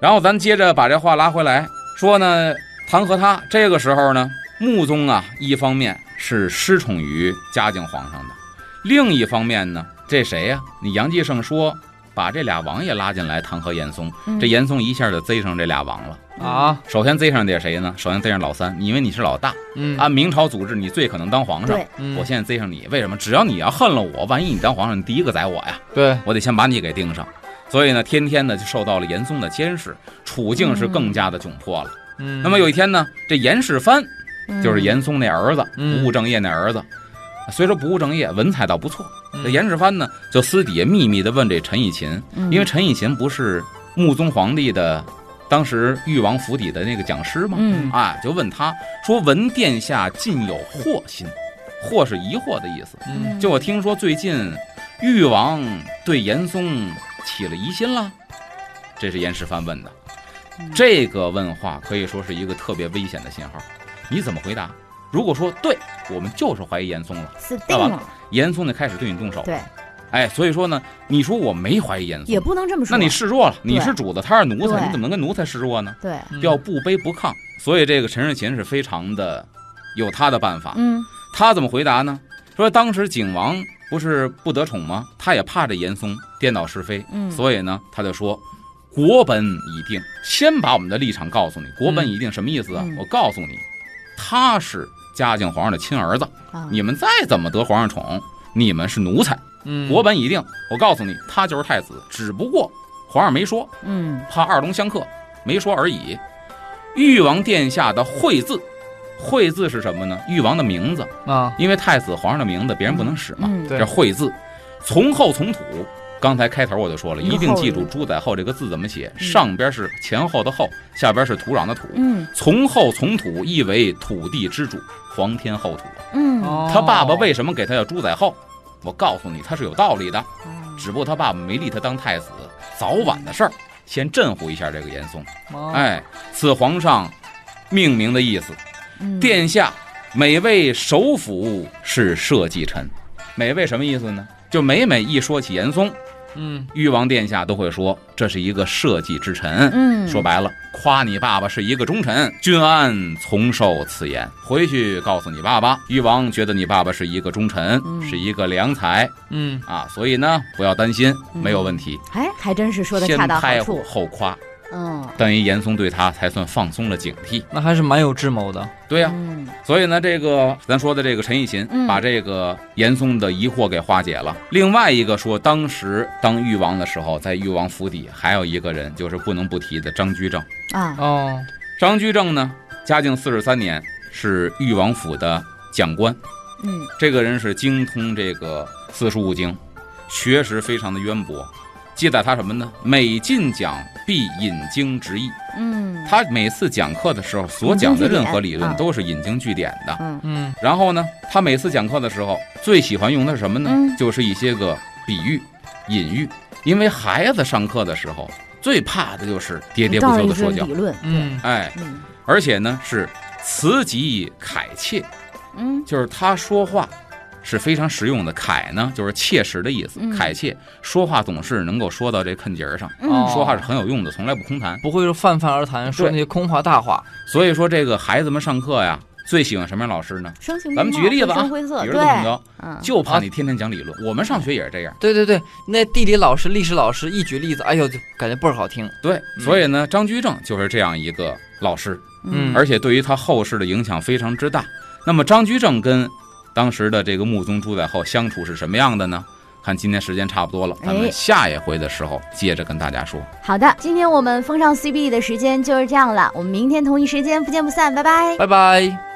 [SPEAKER 3] 然后咱接着把这话拉回来，说呢弹劾他。这个时候呢，穆宗啊，一方面是失宠于嘉靖皇上的，另一方面呢，这谁呀、你杨继盛说把这俩王爷拉进来弹劾严嵩，
[SPEAKER 2] 嗯
[SPEAKER 3] 这严嵩一下就贼上这俩王了。
[SPEAKER 1] 啊
[SPEAKER 3] 首先贼上点谁呢？首先贼上老三，因为你是老大，
[SPEAKER 1] 嗯
[SPEAKER 3] 按明朝组织，你最可能当皇上。
[SPEAKER 2] 对，
[SPEAKER 1] 嗯
[SPEAKER 3] 啊我现在贼上你，为什么？只要你要恨了我，万一你当皇上，你第一个宰我呀，
[SPEAKER 1] 对
[SPEAKER 3] 我得先把你给盯上。所以呢，天天呢就受到了严嵩的监视，处境是更加的窘迫了。
[SPEAKER 1] 嗯
[SPEAKER 3] 那么有一天呢，这严世蕃就是
[SPEAKER 2] 嗯，
[SPEAKER 3] 严嵩那儿子，
[SPEAKER 1] 嗯
[SPEAKER 3] 不务正业那儿子，虽说不务正业，文采倒不错。
[SPEAKER 1] 嗯
[SPEAKER 3] 这严世蕃呢，就私底下秘密的问这陈以勤，因为
[SPEAKER 2] 嗯
[SPEAKER 3] 陈以勤不是穆宗皇帝的当时裕王府邸的那个讲师吗？
[SPEAKER 2] 嗯
[SPEAKER 3] 啊，就问他说：“闻殿下尽有惑心，惑是疑惑的意思。
[SPEAKER 1] 嗯
[SPEAKER 3] 就我听说最近，裕王对严嵩起了疑心了，这是严世蕃问的。这个问话可以说是一个特别危险的信号，你怎么回答？如果说对，我们就是怀疑严嵩了，
[SPEAKER 2] 死定了，
[SPEAKER 3] 严嵩就开始对你动手。
[SPEAKER 2] 对，
[SPEAKER 3] 哎，所以说呢，你说我没怀疑严
[SPEAKER 2] 也
[SPEAKER 3] 嵩，
[SPEAKER 2] 不能这么说。
[SPEAKER 3] 那你示弱了，你
[SPEAKER 2] 对
[SPEAKER 3] 是主子，他是奴才，
[SPEAKER 2] 对
[SPEAKER 3] 你怎么能跟奴才示弱呢？
[SPEAKER 2] 对，
[SPEAKER 1] 嗯
[SPEAKER 3] 要不卑不亢。所以这个陈世琴是非常的有他的办法。
[SPEAKER 2] 嗯
[SPEAKER 3] 他怎么回答呢？说当时景王不是不得宠吗？他也怕这严嵩颠倒是非，
[SPEAKER 2] 嗯，
[SPEAKER 3] 所以呢，他就说。国本已定，先把我们的立场告诉你。国本已定什么意思啊？
[SPEAKER 2] 嗯
[SPEAKER 3] 我告诉你，他是嘉靖皇上的亲儿子，
[SPEAKER 2] 啊
[SPEAKER 3] 你们再怎么得皇上宠，你们是奴才。
[SPEAKER 1] 嗯，
[SPEAKER 3] 国本已定，我告诉你，他就是太子，只不过皇上没说，
[SPEAKER 2] 嗯
[SPEAKER 3] 怕二龙相克，没说而已。誉王殿下的惠字，惠字是什么呢？誉王的名字，
[SPEAKER 1] 啊，
[SPEAKER 3] 因为太子皇上的名字别人不能使嘛，
[SPEAKER 2] 嗯
[SPEAKER 1] 对
[SPEAKER 3] 这惠字。从后从土，刚才开头我就说了，
[SPEAKER 2] 嗯
[SPEAKER 3] 一定记住
[SPEAKER 2] 后
[SPEAKER 3] “朱载后”这个字怎么写，
[SPEAKER 2] 嗯
[SPEAKER 3] 上边是前后的后，下边是土壤的土。
[SPEAKER 2] 嗯
[SPEAKER 3] 从后从土，意为土地之主，皇天后土。
[SPEAKER 2] 嗯，
[SPEAKER 1] 哦
[SPEAKER 3] 他爸爸为什么给他叫朱载后？我告诉你，他是有道理的，
[SPEAKER 2] 啊
[SPEAKER 3] 只不过他爸爸没立他当太子，早晚的事儿。先镇唬一下这个严嵩，
[SPEAKER 1] 哦
[SPEAKER 3] 哎，此皇上命名的意思，
[SPEAKER 2] 嗯
[SPEAKER 3] 殿下每位首辅是社稷臣，每位什么意思呢？就每每一说起严嵩，
[SPEAKER 1] 嗯
[SPEAKER 3] 誉王殿下都会说这是一个社稷之臣。
[SPEAKER 2] 嗯
[SPEAKER 3] 说白了，夸你爸爸是一个忠臣，君安从受此言。回去告诉你爸爸，誉王觉得你爸爸是一个忠臣，
[SPEAKER 2] 嗯
[SPEAKER 3] 是一个良才
[SPEAKER 1] 嗯
[SPEAKER 3] 啊，所以呢，不要担心，
[SPEAKER 2] 嗯
[SPEAKER 3] 没有问题。
[SPEAKER 2] 哎，还真是说的
[SPEAKER 3] 先
[SPEAKER 2] 恰到好
[SPEAKER 3] 拍
[SPEAKER 2] 处，
[SPEAKER 3] 后夸，
[SPEAKER 2] 嗯
[SPEAKER 3] 等于严嵩对他才算放松了警惕。
[SPEAKER 1] 那还是蛮有智谋的，
[SPEAKER 3] 对呀、
[SPEAKER 2] 嗯
[SPEAKER 3] 所以呢，这个咱说的这个陈义勤
[SPEAKER 2] 嗯
[SPEAKER 3] 把这个严嵩的疑惑给化解了。另外一个说，当时当誉王的时候，在誉王府邸还有一个人，就是不能不提的张居正。
[SPEAKER 2] 啊
[SPEAKER 1] 哦，
[SPEAKER 3] 张居正呢，嘉靖四十三年是誉王府的讲官，
[SPEAKER 2] 嗯
[SPEAKER 3] 这个人是精通这个四书五经，学识非常的渊博。记载他什么呢？每进讲必引经直译。
[SPEAKER 2] 嗯
[SPEAKER 3] 他每次讲课的时候所讲的任何理
[SPEAKER 2] 引经据典
[SPEAKER 3] 论
[SPEAKER 2] 嗯
[SPEAKER 3] 都是引经据典的。
[SPEAKER 2] 嗯
[SPEAKER 1] 嗯
[SPEAKER 3] 然后呢，他每次讲课的时候最喜欢用的是什么呢？
[SPEAKER 2] 嗯
[SPEAKER 3] 就是一些个比喻、隐喻，因为孩子上课的时候最怕的就是喋
[SPEAKER 2] 你
[SPEAKER 3] 喋
[SPEAKER 2] 照
[SPEAKER 3] 不
[SPEAKER 2] 着一
[SPEAKER 3] 休的说
[SPEAKER 2] 份
[SPEAKER 3] 教
[SPEAKER 2] 理，论，
[SPEAKER 1] 嗯
[SPEAKER 3] 哎，
[SPEAKER 2] 嗯
[SPEAKER 3] 而且呢是词极凯切，
[SPEAKER 2] 嗯
[SPEAKER 3] 就是他说话是非常实用的。凯呢就是切实的意思，
[SPEAKER 2] 嗯
[SPEAKER 3] 凯切说话总是能够说到这坎节儿上，
[SPEAKER 1] 哦
[SPEAKER 3] 说话是很有用的，从来不空谈。
[SPEAKER 1] 不会说泛泛而谈，说那些空话大话，
[SPEAKER 3] 所以说这个孩子们上课呀，最喜欢什么样的老师呢？
[SPEAKER 2] 生性
[SPEAKER 3] 咱们
[SPEAKER 2] 不
[SPEAKER 3] 举个
[SPEAKER 2] 冒
[SPEAKER 3] 例子
[SPEAKER 2] 浑
[SPEAKER 3] 啊
[SPEAKER 2] 身灰色
[SPEAKER 3] 比如
[SPEAKER 2] 对
[SPEAKER 3] 窦靖高，
[SPEAKER 2] 嗯
[SPEAKER 3] 就怕你天天讲理论。我们上学也是这样。
[SPEAKER 1] 对对对，那地理老师、历史老师一举例子，哎呦，就感觉倍儿好听，
[SPEAKER 3] 对，
[SPEAKER 1] 嗯
[SPEAKER 3] 所以呢，张居正就是这样一个老师，
[SPEAKER 1] 嗯
[SPEAKER 3] 而且对于他后世的影响非常之大。那么张居正跟当时的这个穆宗朱载后相处是什么样的呢？看今天时间差不多了，咱
[SPEAKER 2] 哎
[SPEAKER 3] 们下一回的时候接着跟大家说。
[SPEAKER 2] 好的，今天我们风尚 CBD 的时间就是这样了，我们明天同一时间不见不散，拜拜。
[SPEAKER 1] 拜拜。